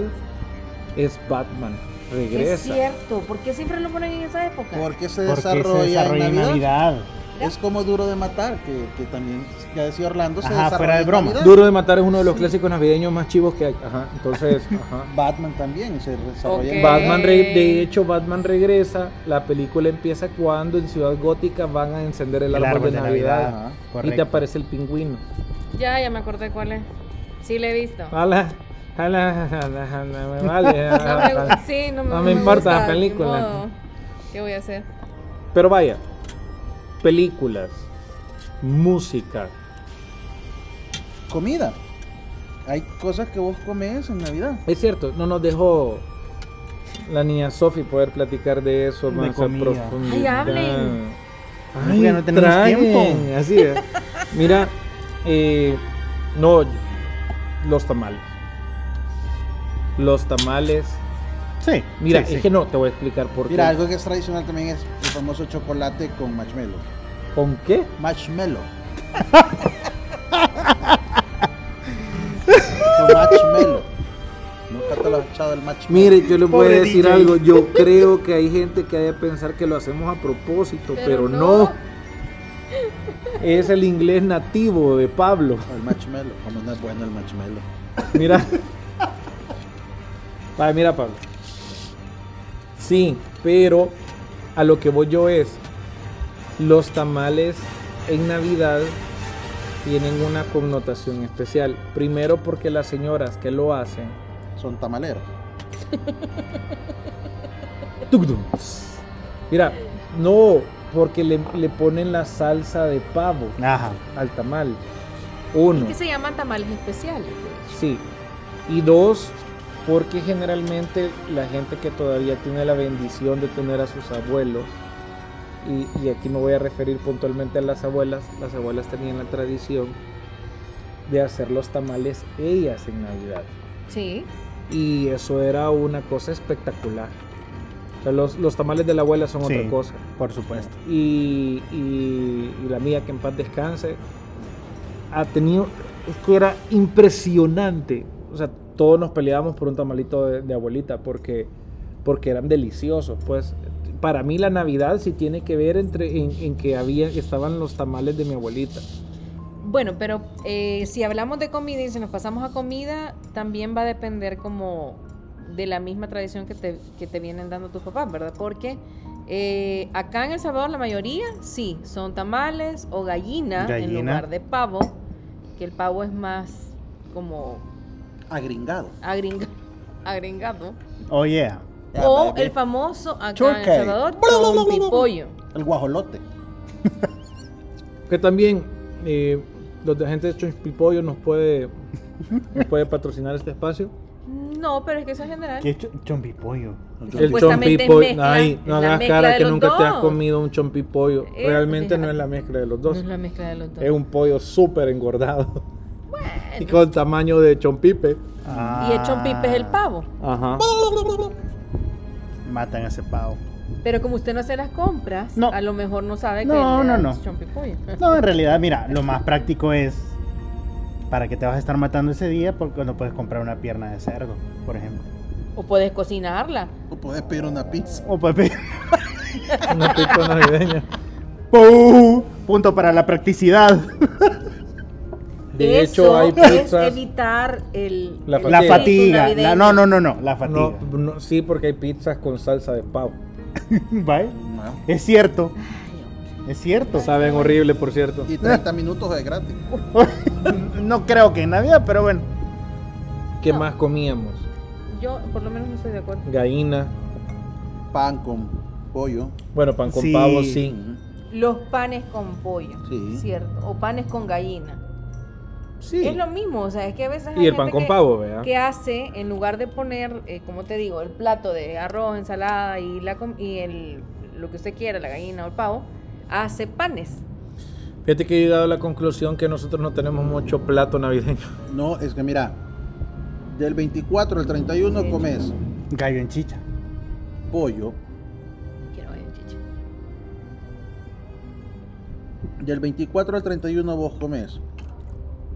S2: es Batman.
S3: Es
S2: Regresa.
S3: cierto, ¿por qué siempre lo ponen en esa época?
S1: Porque se
S4: Porque
S1: desarrolla,
S4: se desarrolla
S1: en Navidad.
S4: Navidad.
S1: Es como Duro de Matar, que, que también, ya decía Orlando, se
S4: Ajá,
S1: desarrolla
S4: fuera de
S1: en
S4: broma.
S1: Navidad.
S2: Duro de matar es uno de los clásicos navideños más chivos que hay. Ajá, entonces, ajá.
S1: Batman también se desarrolla en
S3: Ok.
S2: Batman re- de hecho Batman regresa, la película empieza cuando en Ciudad Gótica van a encender el, árbol, de, Navidad,
S1: Ajá.
S2: y te
S4: Correcto.
S2: aparece el pingüino.
S3: Ya, ya me acordé cuál es. Sí, le he visto.
S2: Ala, ala, ala, ala, me vale,
S3: No
S2: ala,
S3: me,
S2: ala.
S3: gu- sí, no me,
S2: ah, No
S3: no
S2: me importa la
S3: gusta, ni
S2: película.
S3: modo. ¿Qué voy a hacer?
S2: Pero vaya, películas, música,
S1: comida. Hay cosas que vos comes en Navidad.
S2: Es cierto, no nos dejó la niña Sofi poder platicar de eso
S4: De
S2: más a
S4: comida.
S2: profundidad.
S3: Ay, hablen.
S4: No, porque no tenemos tiempo.
S2: Así es. Mira, eh, no, los tamales. Los tamales.
S4: Sí.
S2: Mira,
S4: sí, sí.
S2: es que no, te voy a explicar por
S1: Mira,
S2: qué.
S1: algo que es tradicional también es el famoso chocolate con marshmallow.
S2: ¿Con qué?
S1: Marshmallow. con marshmallow. Nunca te lo has echado el marshmallow.
S2: Mire, yo le voy a
S4: Pobre
S2: decir
S4: DJ.
S2: algo. Yo creo que hay gente que ha de pensar que lo hacemos a propósito, pero,
S3: Pero
S2: no.
S3: no.
S2: Es el inglés nativo de Pablo.
S1: El marshmallow. Como no es bueno el marshmallow.
S2: Mira. Vale, mira, Pablo. Sí, pero a lo que voy yo es. Los tamales en Navidad tienen una connotación especial. Primero porque las señoras que lo hacen.
S1: Son tamaleros.
S2: ¡tucdum! Mira, no, porque le, le ponen la salsa de pavo
S4: Ajá.
S2: al tamal. Uno.
S3: Es que se llaman tamales especiales. güey.
S2: Sí. Y dos, porque generalmente la gente que todavía tiene la bendición de tener a sus abuelos, y, y aquí me voy a referir puntualmente a las abuelas, las abuelas tenían la tradición de hacer los tamales ellas en Navidad.
S3: Sí.
S2: Y eso era una cosa espectacular. O sea, los, los tamales de la abuela son
S4: Sí.
S2: otra cosa
S4: Por supuesto.
S2: y, y- y la mía que en paz descanse ha tenido es que era impresionante o sea todos nos peleábamos por un tamalito de, de abuelita porque porque eran deliciosos pues para mí la navidad sí tiene que ver entre en, en que había estaban los tamales de mi abuelita
S3: Bueno, pero eh, si hablamos de comida y si nos pasamos a comida, también va a depender como de la misma tradición que te, que te vienen dando tus papás, ¿verdad? Porque eh, acá en El Salvador la mayoría sí, son tamales o gallina, en
S4: Gallina.
S3: lugar de pavo, que el pavo es más como
S1: Agringado.
S3: agringa- agringado.
S4: Oh, yeah.
S1: Ya,
S3: o
S1: baby.
S3: el famoso acá en
S1: Turkey.
S3: El Salvador, con pipollo.
S1: El guajolote.
S2: Que también eh, los de gente de Chunch Pipollo nos puede, nos puede patrocinar este espacio.
S3: No, pero es que eso es general.
S4: ¿Qué es ch- chompipollo?
S1: Pues,
S2: El
S3: Supuestamente
S2: chompipollo.
S3: es mezcla,
S2: Ay, no
S3: es la
S2: hagas
S3: mezcla
S2: cara
S3: de
S2: que
S3: los
S2: nunca te has
S3: dos.
S2: comido un chompipollo.
S3: Eh,
S2: Realmente no
S3: fíjate.
S2: es la mezcla de los
S3: No
S2: dos.
S3: es la mezcla de los dos.
S2: Es un pollo súper engordado. Y con tamaño de chompipe.
S3: Y el chompipe es el
S4: Ah.
S3: pavo.
S2: Ajá.
S4: Matan a ese pavo.
S3: Pero como usted no hace las compras,
S4: No.
S3: a lo mejor no sabe
S4: No,
S3: que
S4: no,
S3: le dan
S4: no.
S3: chompipollo.
S4: No, en realidad, mira, lo más práctico es para que te vas a estar matando ese día porque no puedes comprar una pierna de cerdo, por ejemplo.
S3: O puedes cocinarla.
S1: O puedes pedir una pizza.
S4: O puedes pedir-
S2: Una pizza navideña.
S4: ¡Pum! Punto para la practicidad.
S2: De
S3: Eso
S2: hecho, hay
S3: es
S2: pizzas.
S3: evitar el
S2: La
S3: el
S2: fatiga.
S4: La
S3: espíritu
S4: fatiga. la-
S3: navideño.
S4: no, no, no, no. La
S2: No,
S4: fatiga.
S2: no, sí, porque hay pizzas con salsa de pavo.
S4: Bye. Es cierto. Es cierto.
S2: Saben horrible, por cierto.
S1: Y 30 minutos de gratis.
S4: no creo que en Navidad, pero bueno.
S2: ¿Qué más comíamos?
S3: Yo por lo menos no estoy de acuerdo.
S2: Gallina.
S1: Pan con pollo.
S2: Bueno, pan con
S4: Sí.
S2: pavo, sí.
S3: Los panes con pollo,
S1: Sí.
S3: cierto, o panes con gallina.
S2: Sí.
S3: Es lo mismo, o sea, es que a veces
S2: Y el pan con pavo, ¿verdad?
S3: que hace en lugar de poner, eh, como te digo, el plato de arroz, ensalada y la com- y el lo que usted quiera, la gallina o el pavo, hace panes.
S2: Fíjate que he llegado a la conclusión que nosotros no tenemos mucho plato navideño.
S1: No, es que mira, del 24 al 31 comes
S4: Gallo en chicha.
S1: pollo,
S3: Quiero ver, chicho.
S1: del 24 al 31 vos comes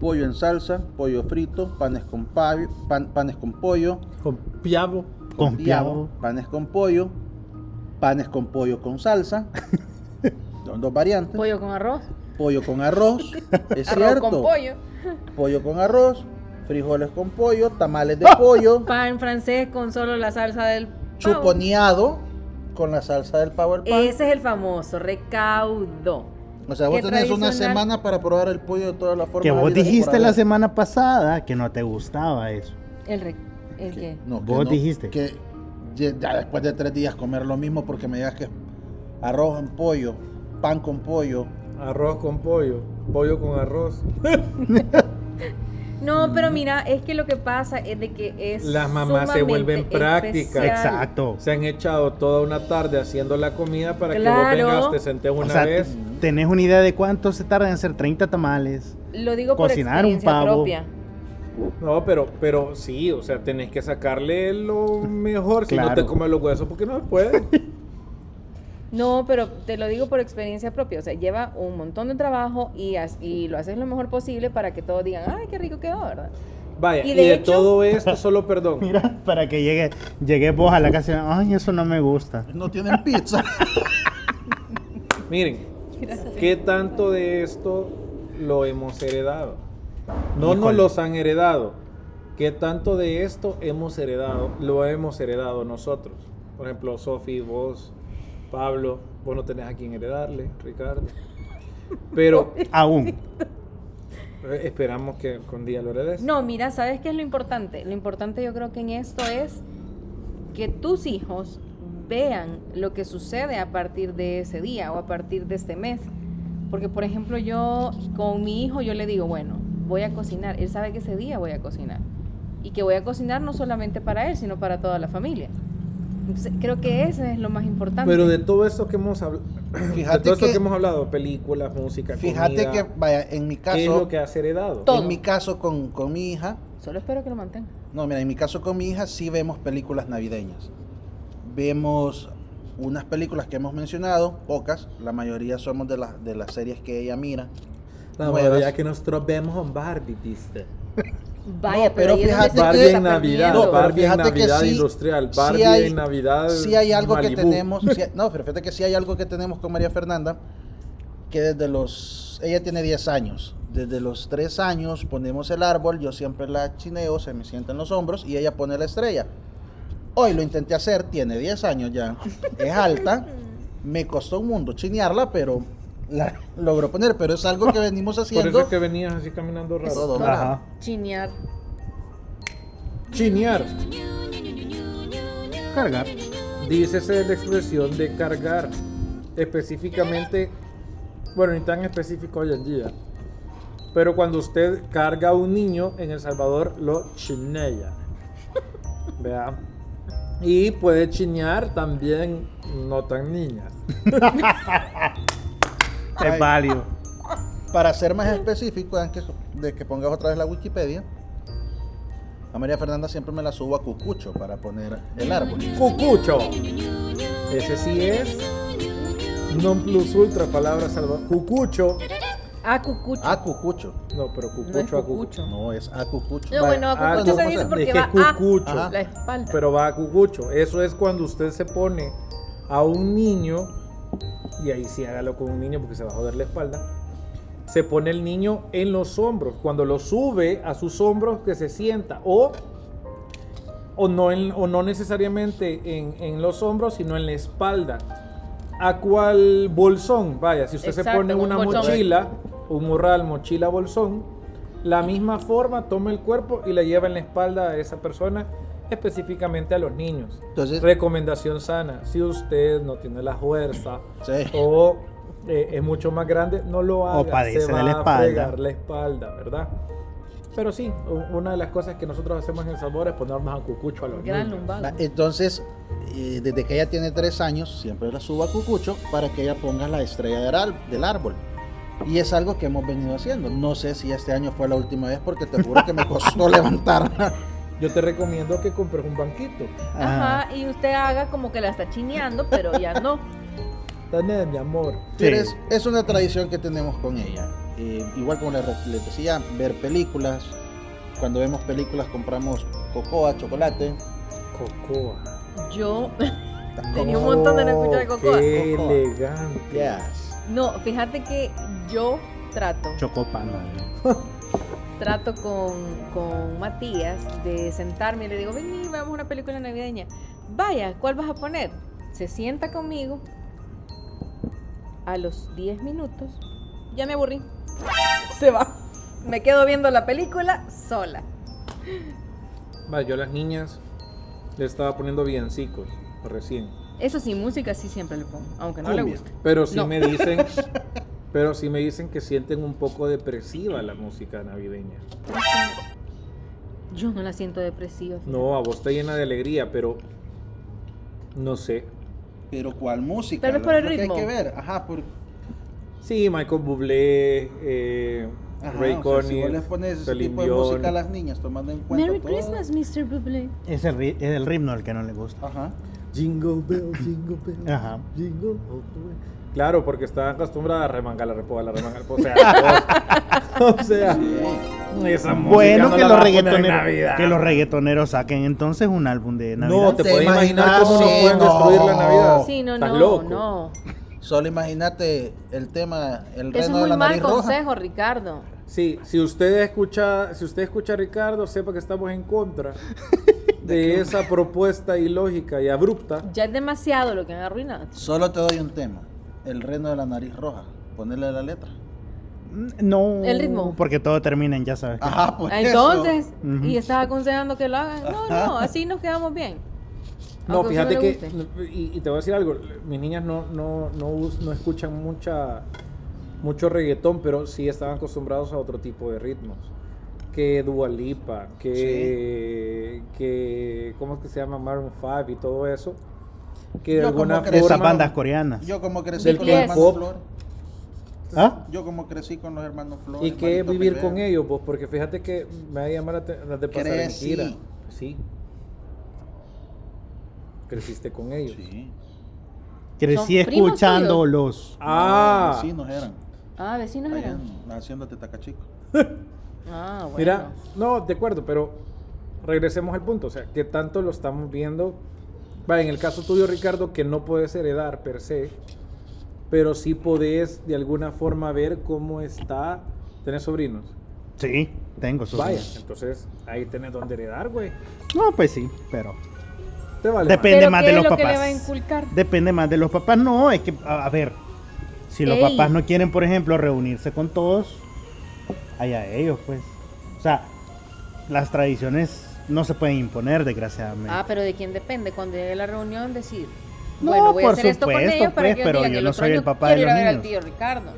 S1: pollo en salsa, pollo frito, panes con, pavio- pan- panes con pollo,
S2: Con piavo.
S4: Con
S1: diablo,
S4: piabo.
S1: panes con pollo, panes con pollo con salsa, son dos variantes,
S3: Pollo con arroz,
S1: pollo con arroz, es
S3: arroz
S1: cierto,
S3: con pollo,
S1: pollo con arroz, frijoles con pollo, tamales de pollo,
S3: pan francés con solo la salsa del pavo.
S1: chuponeado con la salsa del pavo al pan.
S3: Ese es el famoso recaudo.
S1: O sea, vos
S3: Qué
S1: tenés una
S3: tradicional.
S1: semana para probar el pollo de todas las formas.
S4: Que vos
S1: habidas y por
S4: dijiste la
S1: haber.
S4: semana pasada que no te gustaba eso.
S3: El re- el que
S1: No, que
S4: Vos
S1: no,
S4: dijiste.
S1: Que ye- ya después de tres días comer lo mismo porque me digas que arroz en pollo, pan con pollo.
S2: Arroz con pollo. Pollo con arroz.
S3: No, pero mira, es que lo que pasa es de que es
S2: Las mamás se
S3: sumamente
S2: vuelven prácticas.
S3: especial.
S4: Exacto.
S2: Se han echado toda una tarde haciendo la comida para que
S3: Claro.
S2: vos vengas, te sentes una
S4: o sea,
S2: vez.
S4: tenés una idea de cuánto se tardan en hacer 30 tamales.
S3: Lo digo
S4: Cocinar
S3: por
S4: un
S3: experiencia
S4: pavo.
S3: propia.
S2: No, pero, pero sí, o sea, tenés que sacarle lo mejor. Si no
S4: Claro.
S2: te comes los huesos, porque no se puede.
S3: No, pero te lo digo por experiencia propia. O sea, lleva un montón de trabajo y, as- y lo haces lo mejor posible para que todos digan, ay, qué rico quedó, ¿verdad?
S2: Vaya,
S3: Y
S2: y
S3: de
S2: de,
S3: hecho-
S2: todo esto, solo perdón.
S4: Mira, para que llegue, llegue vos a la casa y ay, eso no me gusta.
S1: No tienen pizza.
S2: Miren, ¿qué tanto de esto lo hemos heredado? No nos
S4: Híjole.
S2: los han heredado. ¿Qué tanto de esto hemos heredado? Lo hemos heredado nosotros. Por ejemplo, Sofi, vos, Pablo, vos no tenés a quien heredarle, Ricardo. Pero
S4: Aún.
S2: eh, esperamos que con día lo heredes.
S3: No, mira, ¿sabes qué es lo importante? Lo importante yo creo que en esto es que tus hijos vean lo que sucede a partir de ese día o a partir de este mes. Porque, por ejemplo, yo con mi hijo yo le digo, bueno, voy a cocinar. Él sabe que ese día voy a cocinar. Y que voy a cocinar no solamente para él, sino para toda la familia. Entonces, creo que ese es lo más importante.
S2: Pero de todo esto que hemos hablado, de
S1: Fíjate
S2: todo esto
S1: que-
S2: que hemos hablado, películas, música,
S1: Fíjate
S2: comida,
S1: que, vaya, en mi
S2: ¿qué es lo
S1: caso,
S2: que has heredado?
S3: Todo.
S1: en mi caso con, con mi hija,
S3: Solo espero que lo mantenga.
S1: no, mira, en mi caso con mi hija sí vemos películas navideñas. Vemos unas películas que hemos mencionado, pocas, la mayoría somos de, las de las series que ella mira.
S2: La
S1: Nuevas.
S2: mayoría que nosotros vemos en Barbie, dice.
S3: Vaya,
S1: No, pero
S3: pero, ahí es donde
S1: fíjate
S3: se
S1: que-
S2: Barbie
S3: está
S2: en Navidad,
S3: perdiendo.
S1: No, pero
S2: Barbie en
S1: fíjate que
S2: Navidad
S1: sí-
S2: industrial,
S1: sí
S2: Barbie
S1: hay-
S2: en Navidad.
S1: sí hay algo
S2: Malibú.
S1: que tenemos, sí hay- no, pero fíjate que sí hay algo que tenemos con María Fernanda, que desde los... Ella tiene 10 años. Desde los 3 años ponemos el árbol, yo siempre la chineo, se me sienta en los hombros y ella pone la estrella. Hoy lo intenté hacer, tiene 10 años ya. Es alta. Me costó un mundo chinearla, pero la logró poner. Pero es algo que venimos
S2: Por
S1: haciendo.
S2: eso es que venías así caminando raro.
S1: Todo
S4: Ajá.
S1: raro.
S3: Chinear.
S2: Chinear.
S4: Cargar.
S2: Dícese la expresión de cargar. Específicamente, bueno, ni tan específico hoy en día. Pero cuando usted carga a un niño en El Salvador, lo chinea. Vea. Y puede chinear también no tan niñas.
S4: Es válido.
S1: Para ser más específico, antes de que pongas otra vez la Wikipedia, a María Fernanda siempre me la subo a Cucucho para poner el árbol.
S2: Cucucho. Ese sí es. Non plus ultra, palabra salva. Cucucho.
S3: Ah, cucucho.
S1: A Cucucho.
S2: No, pero cucucho
S3: no es
S2: a cucucho.
S3: cucucho.
S1: No, es a Cucucho.
S3: No, bueno, a
S2: ah,
S3: cucucho
S1: no,
S3: se dice
S1: es
S3: porque
S2: que
S3: va a
S2: cucucho.
S3: la espalda.
S2: pero va a cucucho. Eso es cuando usted se pone a un niño, y ahí sí hágalo con un niño porque se va a joder la espalda, se pone el niño en los hombros. Cuando lo sube a sus hombros, que se sienta. O, o, no, en- o no necesariamente en, en los hombros, sino en la espalda. ¿A cuál bolsón? Vaya, si usted se
S3: Exacto,
S2: pone
S3: un
S2: una
S3: bolsón.
S2: mochila, un morral, mochila, bolsón, la misma forma toma el cuerpo y la lleva en la espalda a esa persona, específicamente a los niños.
S1: Entonces-
S2: Recomendación sana, si usted no tiene la fuerza
S1: Sí.
S2: o eh, es mucho más grande, no lo haga.
S4: O padece
S2: se
S4: de
S2: va
S4: la
S2: a
S4: espalda.
S2: fregar la espalda, ¿verdad? Pero sí, u- una de las cosas que nosotros hacemos en El Salvador es ponernos a cucucho a los
S3: Gran
S2: niños.
S1: Va,
S3: lumbago.
S1: Entonces, eh, desde que ella tiene tres años, siempre la subo a Cucucho para que ella ponga la estrella del, ar- del árbol. Y es algo que hemos venido haciendo. No sé si este año fue la última vez porque te juro que me costó levantarla.
S2: Yo te recomiendo que compres un banquito.
S4: Ah,
S8: Ajá, y usted haga como que la está chineando, pero ya no.
S2: Daniel, mi amor.
S1: Pero
S4: Sí.
S1: es, es una tradición que tenemos con ella. Eh, igual como les, re- les decía, ver películas. Cuando vemos películas compramos cocoa, chocolate.
S2: Cocoa.
S8: Yo tenía un montón de no escuchar de cocoa.
S2: Qué
S1: Cocoa.
S2: elegante.
S1: Yes.
S8: No, fíjate que yo trato,
S4: Chocopan.
S8: trato con, con Matías de sentarme y le digo, vení, veamos una película navideña. Vaya, ¿cuál vas a poner? Se sienta conmigo. A los 10 minutos, ya me aburrí. Se va. Me quedo viendo la película sola.
S2: Va, yo a las niñas le estaba poniendo villancicos recién.
S8: Eso sí, música sí siempre le pongo, aunque no le
S1: Cumbia.
S8: guste.
S2: Pero sí
S8: No.
S2: me dicen, pero sí me dicen que sienten un poco depresiva la música navideña.
S8: Yo no la siento depresiva.
S4: Mm.
S2: No, a vos te llena de alegría, pero no sé.
S1: Pero ¿cuál música?
S8: Tal vez
S1: Lo-
S8: por el
S1: lo que
S8: ritmo.
S1: Hay que ver. Ajá, por-
S2: Sí, Michael Bublé, eh,
S1: ajá,
S2: Ray
S1: o sea, si
S2: Conniff,
S1: vos les pones ese
S2: Celine
S1: tipo de
S2: Dion.
S1: música a las niñas, tomando en cuenta
S8: Merry
S1: todo.
S8: Christmas, Mr. Bublé.
S4: Es el, ri- es el ritmo el que no le gusta.
S1: Ajá.
S2: Jingle bell, jingle bell,
S4: Ajá.
S2: jingle all the way. Claro, porque está acostumbrada a remangar la repoda, la remangar O sea, o sea, esa música
S4: Bueno,
S2: no
S4: que
S2: la
S4: los,
S2: vas a poner en
S4: reggaetoneros,
S2: Navidad.
S4: que los reggaetoneros saquen entonces un álbum de Navidad.
S2: No, te,
S1: ¿Te
S2: puedes imaginar cómo nos
S1: imaginas?
S2: pueden
S1: Sí,
S2: destruir la
S1: no.
S4: Oh,
S2: Navidad.
S8: Sí, no,
S2: ¿Estás
S8: no,
S2: loco?
S8: no.
S1: Solo imagínate el tema, el
S8: Eso es
S1: reno de
S8: muy
S1: la
S8: mal
S1: nariz roja.
S8: consejo, Ricardo.
S2: Sí, si usted escucha, si usted escucha a Ricardo, sepa que estamos en contra de esa propuesta ilógica y abrupta.
S8: Ya es demasiado lo que han arruinado.
S1: Solo te doy un tema, el reno de la nariz roja. Ponerle la letra.
S4: Mm, No.
S8: El ritmo.
S4: Porque todo termina en ya sabes.
S2: Ah,
S4: qué.
S1: Ajá, pues
S8: Ah, Entonces,
S4: Ujú.
S8: y estás aconsejando que lo hagan. No, no, así nos quedamos bien.
S2: No,
S8: Aunque a usted
S2: fíjate
S8: no le
S2: que, y, y te voy a decir algo, mis niñas no, no, no, us- no escuchan mucha, mucho reggaetón, pero sí estaban acostumbrados a otro tipo de ritmos. Que Dua Lipa, que, que ¿cómo es que se llama? Maroon 5 y todo eso. Que de
S1: Yo como
S2: alguna
S1: crecí-
S2: forma...
S4: Esas bandas coreanas.
S1: Yo como crecí
S2: Del
S1: con los hermanos
S2: K-pop.
S1: Flores.
S4: ¿Ah?
S1: Yo como crecí con los hermanos Flores.
S2: Y que
S1: Marito
S2: vivir
S1: Rivera.
S2: con ellos, pues, porque fíjate que me va a llamar la, te- la de pasar en
S1: Crecí.
S2: gira. Sí. Creciste con ellos.
S1: Sí.
S4: Crecí
S8: Son primos
S4: escuchando los.
S2: Ah,
S1: Sí, nos eran.
S8: Ah, vecinos
S1: Allá
S8: eran.
S1: en la hacienda de Tacachico.
S8: Ah, bueno.
S2: mira, no, de acuerdo, pero regresemos al punto. O sea, que tanto lo estamos viendo. Va, en el caso tuyo, Ricardo, que no puedes heredar per se, pero sí podés de alguna forma ver cómo está. ¿Tenés sobrinos?
S4: Sí, tengo sus.
S2: Vaya, entonces ahí tenés donde heredar, güey.
S4: No, pues sí, pero
S2: Te vale.
S4: Depende.
S8: Pero
S4: más
S8: ¿qué
S4: de
S8: es
S4: los
S8: lo que le
S4: papás.
S8: va a inculcar?
S4: depende más de los papás. No, es que, a, a ver, si los
S8: Ey.
S4: papás no quieren, por ejemplo, reunirse con todos, allá ellos, pues. O sea, las tradiciones no se pueden imponer, desgraciadamente.
S8: Ah, pero ¿de quién depende? Cuando llegue la reunión decir,
S4: No,
S8: bueno, voy a
S4: por
S8: hacer esto con
S4: supuesto,
S8: ellos para
S4: pues,
S8: que ellos
S4: pero
S8: digan
S4: yo
S8: que el
S4: no
S8: otro
S4: soy el
S8: año
S4: papá
S8: quiero
S4: de
S8: ir a
S4: los
S8: ver al
S4: niños.
S8: tío Ricardo.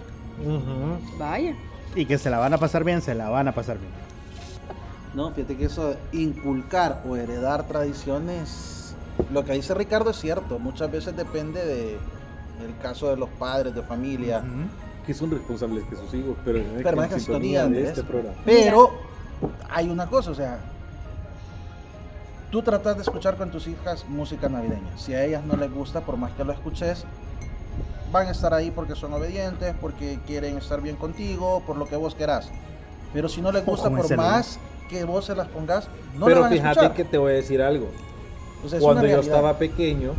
S2: Ujú.
S8: Vaya.
S4: Y que se la van a pasar bien, se la van a pasar bien.
S1: No, fíjate que eso de inculcar o heredar tradiciones, lo que dice Ricardo es cierto, muchas veces depende de el caso de los padres de familia,
S5: Hmm?
S9: que son responsables que sus hijos, pero en
S1: permanezca en sintonía
S9: de
S1: Andrés.
S9: este programa.
S1: Pero hay una cosa, o sea, tú tratas de escuchar con tus hijas música navideña. Si a ellas no les gusta, por más que lo escuches, van a estar ahí porque son obedientes, porque quieren estar bien contigo, por lo que vos querás. Pero si no les gusta,
S4: como el
S1: por
S4: celular.
S1: más que vos se las pongas, no
S2: pero
S1: la van a
S2: fíjate
S1: escuchar.
S2: que te voy a decir algo.
S1: O sea, es
S2: Cuando
S1: una
S2: yo
S1: realidad.
S2: estaba pequeño,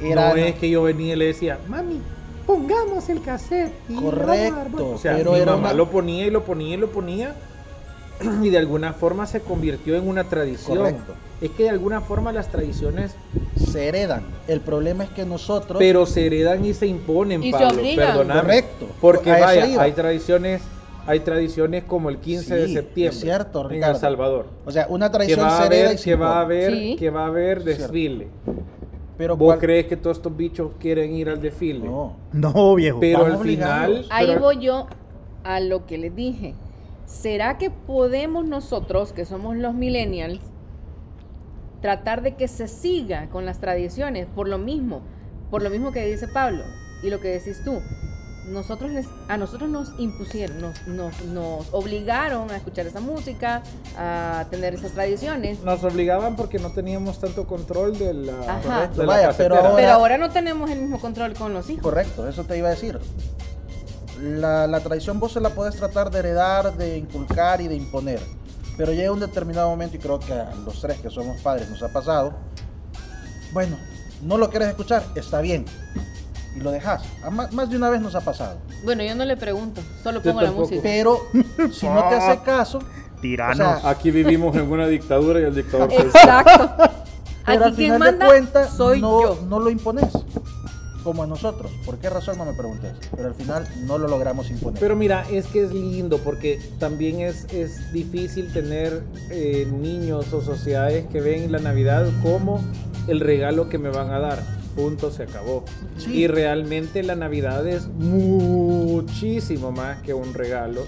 S1: Era-
S2: no es que yo venía y le decía, mami, pongamos el cassette. y le vamos a dar
S1: Correcto,
S2: vuelta". O sea,
S1: pero
S2: mi
S1: era
S2: mamá
S1: una-
S2: lo ponía y lo ponía y lo ponía. Y de alguna forma se convirtió en una tradición.
S1: Correcto.
S2: Es que de alguna forma las tradiciones,
S1: se heredan. El problema es que nosotros.
S2: pero se heredan y se imponen,
S8: Y se
S2: Pablo.
S8: obligan.
S2: perdóname.
S1: Correcto.
S2: Porque
S1: A eso
S2: vaya,
S1: iba.
S2: hay tradiciones, hay tradiciones como el 15 de
S1: Sí,
S2: septiembre
S1: es cierto,
S2: en
S1: Ricardo.
S2: El Salvador.
S1: o sea, una
S2: Que
S1: traición
S2: va a
S1: se hereda
S2: haber,
S1: y se
S2: que va a
S1: impone.
S2: haber,
S8: Sí.
S2: que va a haber
S1: Cierto.
S2: desfile.
S1: Pero
S2: ¿Vos
S1: cuál-
S2: crees que todos estos bichos quieren ir al desfile?
S1: No.
S4: No, viejo.
S2: Pero
S1: Van
S2: al final.
S1: obligados.
S8: Ahí
S2: pero-
S8: voy yo a lo que les dije. ¿Será que podemos nosotros, que somos los millennials, tratar de que se siga con las tradiciones por lo mismo? Por lo mismo que dice Pablo y lo que decís tú. Nosotros les- a nosotros nos impusieron, nos, nos- nos obligaron a escuchar esa música, a tener esas tradiciones.
S2: Nos obligaban porque no teníamos tanto control de la.
S8: Ajá.
S2: de la
S1: Vaya, pero
S2: casetera.
S1: ahora-
S8: Pero ahora no tenemos el mismo control con los hijos.
S1: Correcto, eso te iba a decir. La, la traición vos se la podés tratar de heredar, de inculcar y de imponer. Pero llega un determinado momento, y creo que a los tres que somos padres nos ha pasado. Bueno, no lo quieres escuchar, está bien. Y lo dejas. A ma- más de una vez nos ha pasado.
S8: Bueno, yo no le pregunto, solo
S2: Yo
S8: pongo la
S2: tampoco.
S8: música.
S1: Pero si no te hace caso,
S4: Tiranos.
S1: o sea,
S9: Aquí vivimos en una dictadura y el dictador se
S8: Exacto.
S1: Pero
S8: Aquí
S1: al
S8: quien
S1: final
S8: manda
S1: de cuentas,
S8: soy
S1: no,
S8: yo.
S1: no lo impones. Como a nosotros. ¿Por qué razón no me preguntes? Pero al final no lo logramos imponer.
S2: Pero mira, es que es lindo porque también es, es difícil tener eh, niños o sociedades que ven la Navidad como el regalo que me van a dar. Punto, se acabó.
S1: Sí.
S2: Y realmente la Navidad es muchísimo más que un regalo.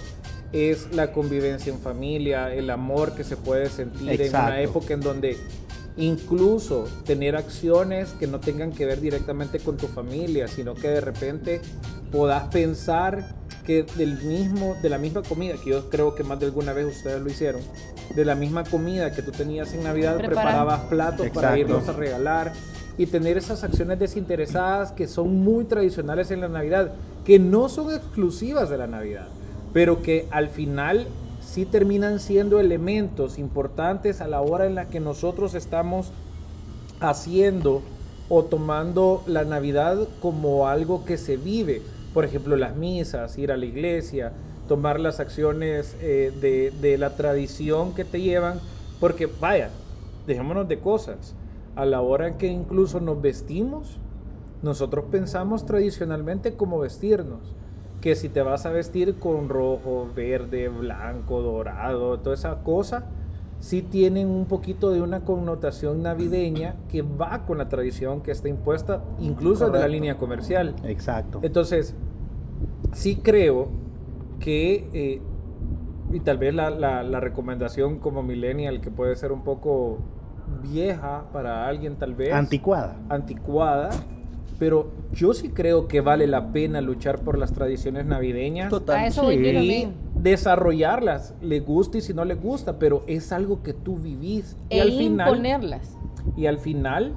S2: Es la convivencia en familia, el amor que se puede sentir en
S4: Exacto.
S2: una época en donde incluso tener acciones que no tengan que ver directamente con tu familia, sino que de repente podás pensar que del mismo, de la misma comida, que yo creo que más de alguna vez ustedes lo hicieron, de la misma comida que tú tenías en Navidad,
S8: Preparar.
S2: preparabas platos para
S4: Exacto.
S2: irlos a regalar y tener esas acciones desinteresadas que son muy tradicionales en la Navidad, que no son exclusivas de la Navidad, pero que al final sí terminan siendo elementos importantes a la hora en la que nosotros estamos haciendo o tomando la Navidad como algo que se vive. Por ejemplo, las misas, ir a la iglesia, tomar las acciones eh, de, de la tradición que te llevan. Porque vaya, dejémonos de cosas. A la hora en que incluso nos vestimos, nosotros pensamos tradicionalmente cómo vestirnos. Que si te vas a vestir con rojo, verde, blanco, dorado, toda esa cosa, sí tienen un poquito de una connotación navideña que va con la tradición que está impuesta incluso de la
S1: Correcto.
S2: línea comercial.
S4: Exacto.
S2: Entonces, sí creo que, eh, y tal vez la, la- la recomendación como millennial, que puede ser un poco vieja para alguien tal vez,
S4: Anticuada.
S2: anticuada, pero yo sí creo que vale la pena luchar por las tradiciones navideñas
S8: A eso voy yo
S2: y
S8: también.
S2: desarrollarlas, le gusta y si no le gusta, pero es algo que tú vivís y
S8: E
S2: al final
S8: imponerlas.
S2: y al final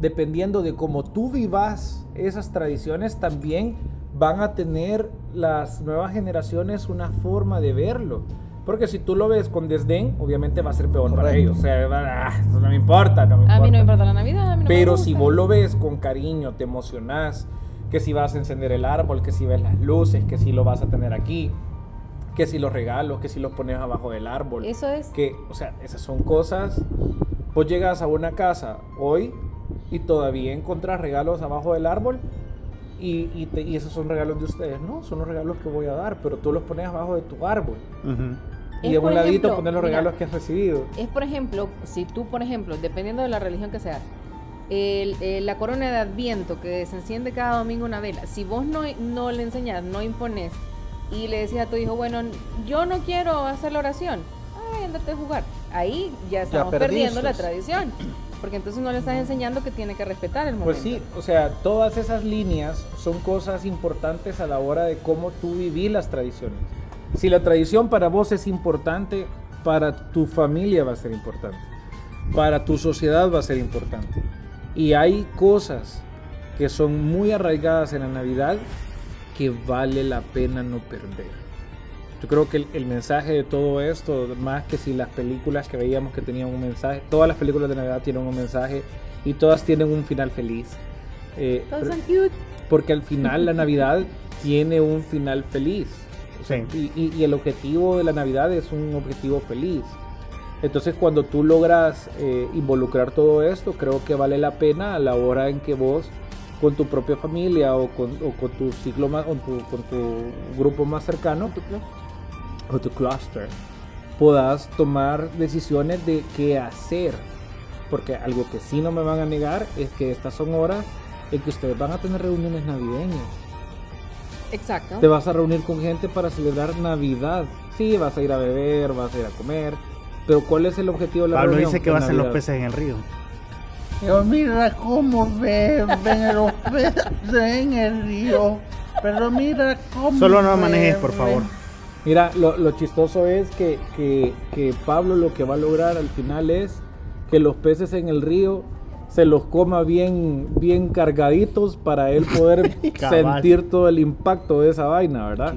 S2: dependiendo de cómo tú vivas esas tradiciones también van a tener las nuevas generaciones una forma de verlo. Porque si tú lo ves con desdén, obviamente va a ser peor para
S1: Correcto.
S2: ellos. O sea, van a, "Ah, no me importa, no me importa.
S8: A mí no me importa la Navidad, a mí no me
S2: Pero si
S8: gusta.
S2: vos lo ves con cariño, te emocionás, que si vas a encender el árbol, que si ves las luces, que si lo vas a tener aquí, que si los regalos, que si los pones abajo del árbol.
S3: Eso es.
S2: Que, o sea, esas son cosas. Vos llegas a una casa hoy y todavía encontrás regalos abajo del árbol y, y te- y esos son regalos de ustedes, ¿no? Son los regalos que voy a dar, pero tú los pones abajo de tu árbol.
S4: Ujú.
S2: Y
S3: Es,
S2: de un
S3: por
S2: ladito
S3: ejemplo,
S2: poner los
S3: mira,
S2: regalos que has recibido.
S3: Es por ejemplo, si tú, por ejemplo, dependiendo de la religión que seas, el- eh, la corona de Adviento que se enciende cada domingo una vela, si vos no, no le enseñás, no impones y le decís a tu hijo, bueno, yo no quiero hacer la oración, ay, ándate a jugar. Ahí ya estamos perdiendo
S1: perdiste.
S3: la tradición, porque entonces no le estás enseñando que tiene que respetar el momento.
S2: Pues sí, o sea, todas esas líneas son cosas importantes a la hora de cómo tú vivís las tradiciones. Si la tradición para vos es importante, para tu familia va a ser importante, para tu sociedad va a ser importante. Y hay cosas que son muy arraigadas en la Navidad que vale la pena no perder. Yo creo que el, el mensaje de todo esto, más que si las películas que veíamos que tenían un mensaje, todas las películas de Navidad tienen un mensaje y todas tienen un final feliz. Eh,
S3: Todos
S2: pero-
S3: son cute.
S2: porque al final la Navidad tiene un final feliz. O sea,
S4: Sí.
S2: y, y- y el objetivo de la Navidad es un objetivo feliz. Entonces cuando tú logras eh, involucrar todo esto, creo que vale la pena a la hora en que vos con tu propia familia o con, o con tu ciclo más, o tu- con tu grupo más cercano o tu cluster puedas tomar decisiones de qué hacer. Porque algo que sí no me van a negar es que estas son horas en que ustedes van a tener reuniones navideñas.
S3: Exacto.
S2: Te vas a reunir con gente para celebrar Navidad. Sí, vas a ir a beber, vas a ir a comer. Pero ¿cuál es el objetivo de la
S4: Pablo
S2: reunión?
S4: dice que va a ser los
S2: Navidad.
S4: peces en el río.
S1: Pero mira cómo beben los peces en el río. Pero mira cómo.
S4: Solo no manejes, por favor.
S2: Mira, lo, lo chistoso es que, que- que Pablo lo que va a lograr al final es que los peces en el río se los coma bien, bien cargaditos para él poder
S4: Cabal.
S2: sentir todo el impacto de esa vaina, ¿verdad?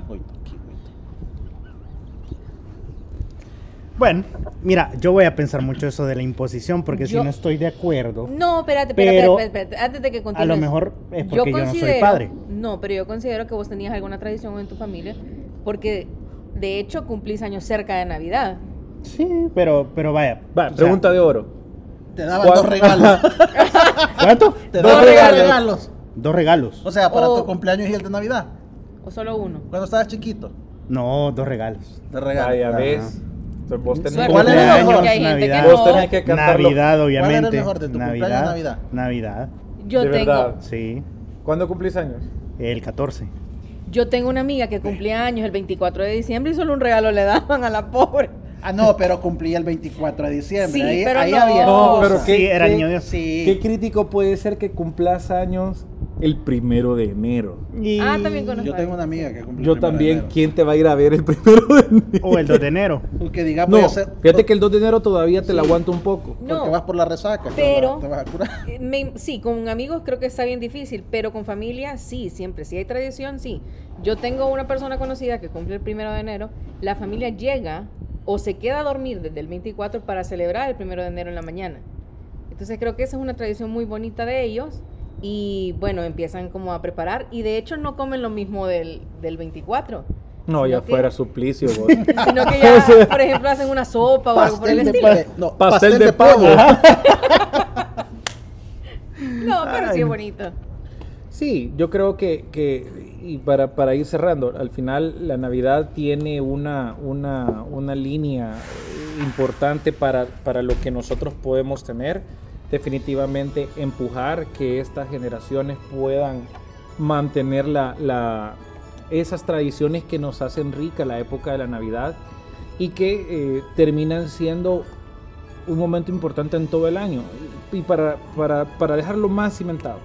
S4: Bueno, mira, yo voy a pensar mucho eso de la imposición porque
S3: Yo-
S4: si no estoy de acuerdo,
S3: No, espérate, espérate,
S4: Pero-
S3: espérate, espérate, antes de que
S4: a
S3: continúes.
S4: lo mejor es porque yo, no soy padre.
S3: No, pero yo considero que vos tenías alguna tradición en tu familia, porque de hecho cumplís años cerca de Navidad.
S4: Sí, pero, pero vaya.
S2: Va,
S4: o sea,
S2: pregunta de oro.
S1: Te daban dos regalos.
S4: ¿Cuánto?
S1: Te
S2: Dos
S1: daban dos
S2: regalos. Oh.
S1: regalos.
S4: Dos regalos.
S1: O sea, para
S3: O-
S1: tu cumpleaños y el de Navidad.
S3: O solo uno.
S1: Cuando estabas chiquito.
S4: No, dos regalos.
S1: Te
S2: Vaya,
S1: regalos.
S2: ves. Entonces vos tenés-
S3: Suerte,
S1: ¿Cuál era el mejor?
S3: porque hay gente que
S4: Navidad.
S2: Vos
S3: no.
S2: tenés que cantarlo.
S4: Navidad,
S1: era el
S4: obviamente.
S1: mejor de tu cumpleaños,
S4: Navidad,
S1: Navidad?
S4: Navidad,
S3: Yo
S2: De
S3: tengo,
S2: verdad.
S4: sí.
S2: ¿Cuándo cumplís años?
S4: El 14.
S3: yo tengo una amiga que cumplía años el 24 de diciembre y solo un regalo le daban a la pobre.
S1: Ah, no, pero cumplí el 24 de diciembre.
S3: Sí,
S1: ahí
S3: pero
S1: ahí
S3: no.
S1: había.
S2: No,
S1: excusa.
S2: pero ¿qué-
S4: sí, era
S2: qué-
S4: niño Dios.
S1: Sí.
S2: ¿Qué crítico puede ser que cumplas años el primero de enero?
S4: Y-
S3: Ah, también conozco.
S1: Yo tengo una amiga que cumplió
S2: Yo también, ¿quién te va a ir a ver el primero de enero?
S4: O el 2 de enero.
S1: Que diga, voy
S2: No,
S1: a hacer-
S2: fíjate que el 2 de enero todavía te la aguanto un poco.
S1: Porque
S3: No.
S1: vas por la resaca.
S3: Pero-
S1: Te vas a curar.
S3: Eh, me- sí, con amigos creo que está bien difícil, pero con familia sí, siempre. Si hay tradición, sí. Yo tengo una persona conocida que cumple el primero de enero, la familia llega o se queda a dormir desde el 24 para celebrar el primero de enero en la mañana. Entonces creo que esa es una tradición muy bonita de ellos y bueno, empiezan como a preparar y de hecho no comen lo mismo del, del 24.
S2: No, ya
S3: sino que-
S2: fuera suplicio, vos.
S3: Sino que ya, por ejemplo, hacen una sopa o algo por el
S1: Pastel de,
S3: estilo.
S1: pa- no,
S2: Pastel de
S1: pollo.
S3: No, pero sí es bonito.
S2: Sí, yo creo que, que- y para, para ir cerrando, al final la Navidad tiene una, una, una línea eh, importante para, para lo que nosotros podemos tener. Definitivamente empujar que estas generaciones puedan mantener la, la- esas tradiciones que nos hacen rica la época de la Navidad y que eh, terminan siendo un momento importante en todo el año. Y para, para, para dejarlo más cimentado.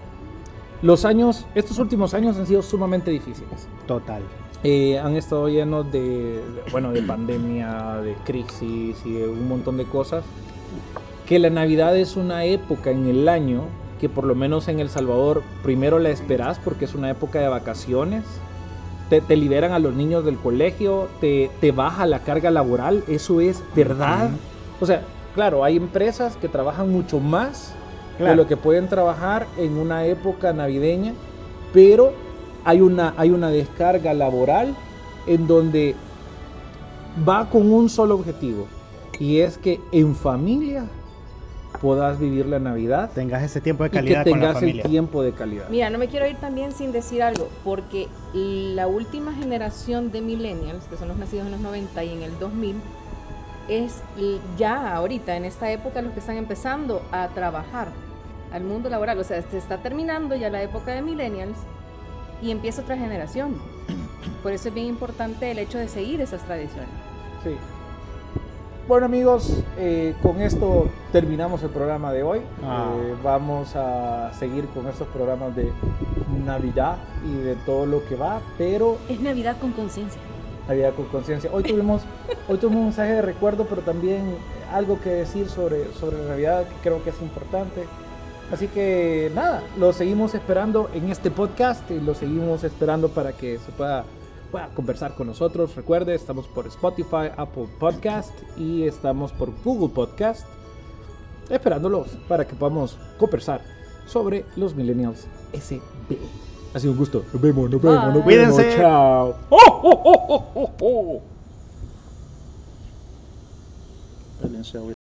S2: Los años, estos últimos años han sido sumamente difíciles.
S4: Total.
S2: Eh, han estado llenos de, de- bueno, de pandemia, de crisis y de un montón de cosas. Que la Navidad es una época en el año que por lo menos en El Salvador primero la esperás porque es una época de vacaciones. Te, te liberan a los niños del colegio, te, te baja la carga laboral, eso es verdad. O sea, claro, hay empresas que trabajan mucho más de
S4: Claro.
S2: lo que pueden trabajar en una época navideña pero hay una, hay una descarga laboral en donde va con un solo objetivo y es que en familia puedas vivir la Navidad
S4: Tengas ese tiempo de
S2: y que
S4: calidad con la
S2: tengas el
S4: familia.
S2: tiempo de calidad.
S3: Mira, no me quiero ir también sin decir algo, porque la última generación de millennials, que son los nacidos en los 90 y en el 2000, es l- ya ahorita, en esta época, los que están empezando a trabajar al mundo laboral. O sea, se está terminando ya la época de millennials y empieza otra generación. Por eso es bien importante el hecho de seguir esas tradiciones.
S2: Sí. Bueno amigos, eh, con esto terminamos el programa de hoy.
S4: Ah.
S2: Eh, vamos a seguir con estos programas de Navidad y de todo lo que va, pero
S3: Es Navidad con conciencia.
S2: Navidad con conciencia. Hoy tuvimos, hoy tuvimos un mensaje de recuerdo, pero también algo que decir sobre, sobre la Navidad que creo que es importante. Así que nada, lo seguimos esperando en este podcast y lo seguimos esperando para que se pueda, pueda conversar con nosotros. Recuerde, estamos por Spotify, Apple Podcast y estamos por Google Podcast. Esperándolos para que podamos conversar sobre los Millennials SB. Ha sido un gusto. Nos vemos, nos vemos, nos vemos.
S4: Cuídense.
S2: Chao. oh,
S10: Valencia,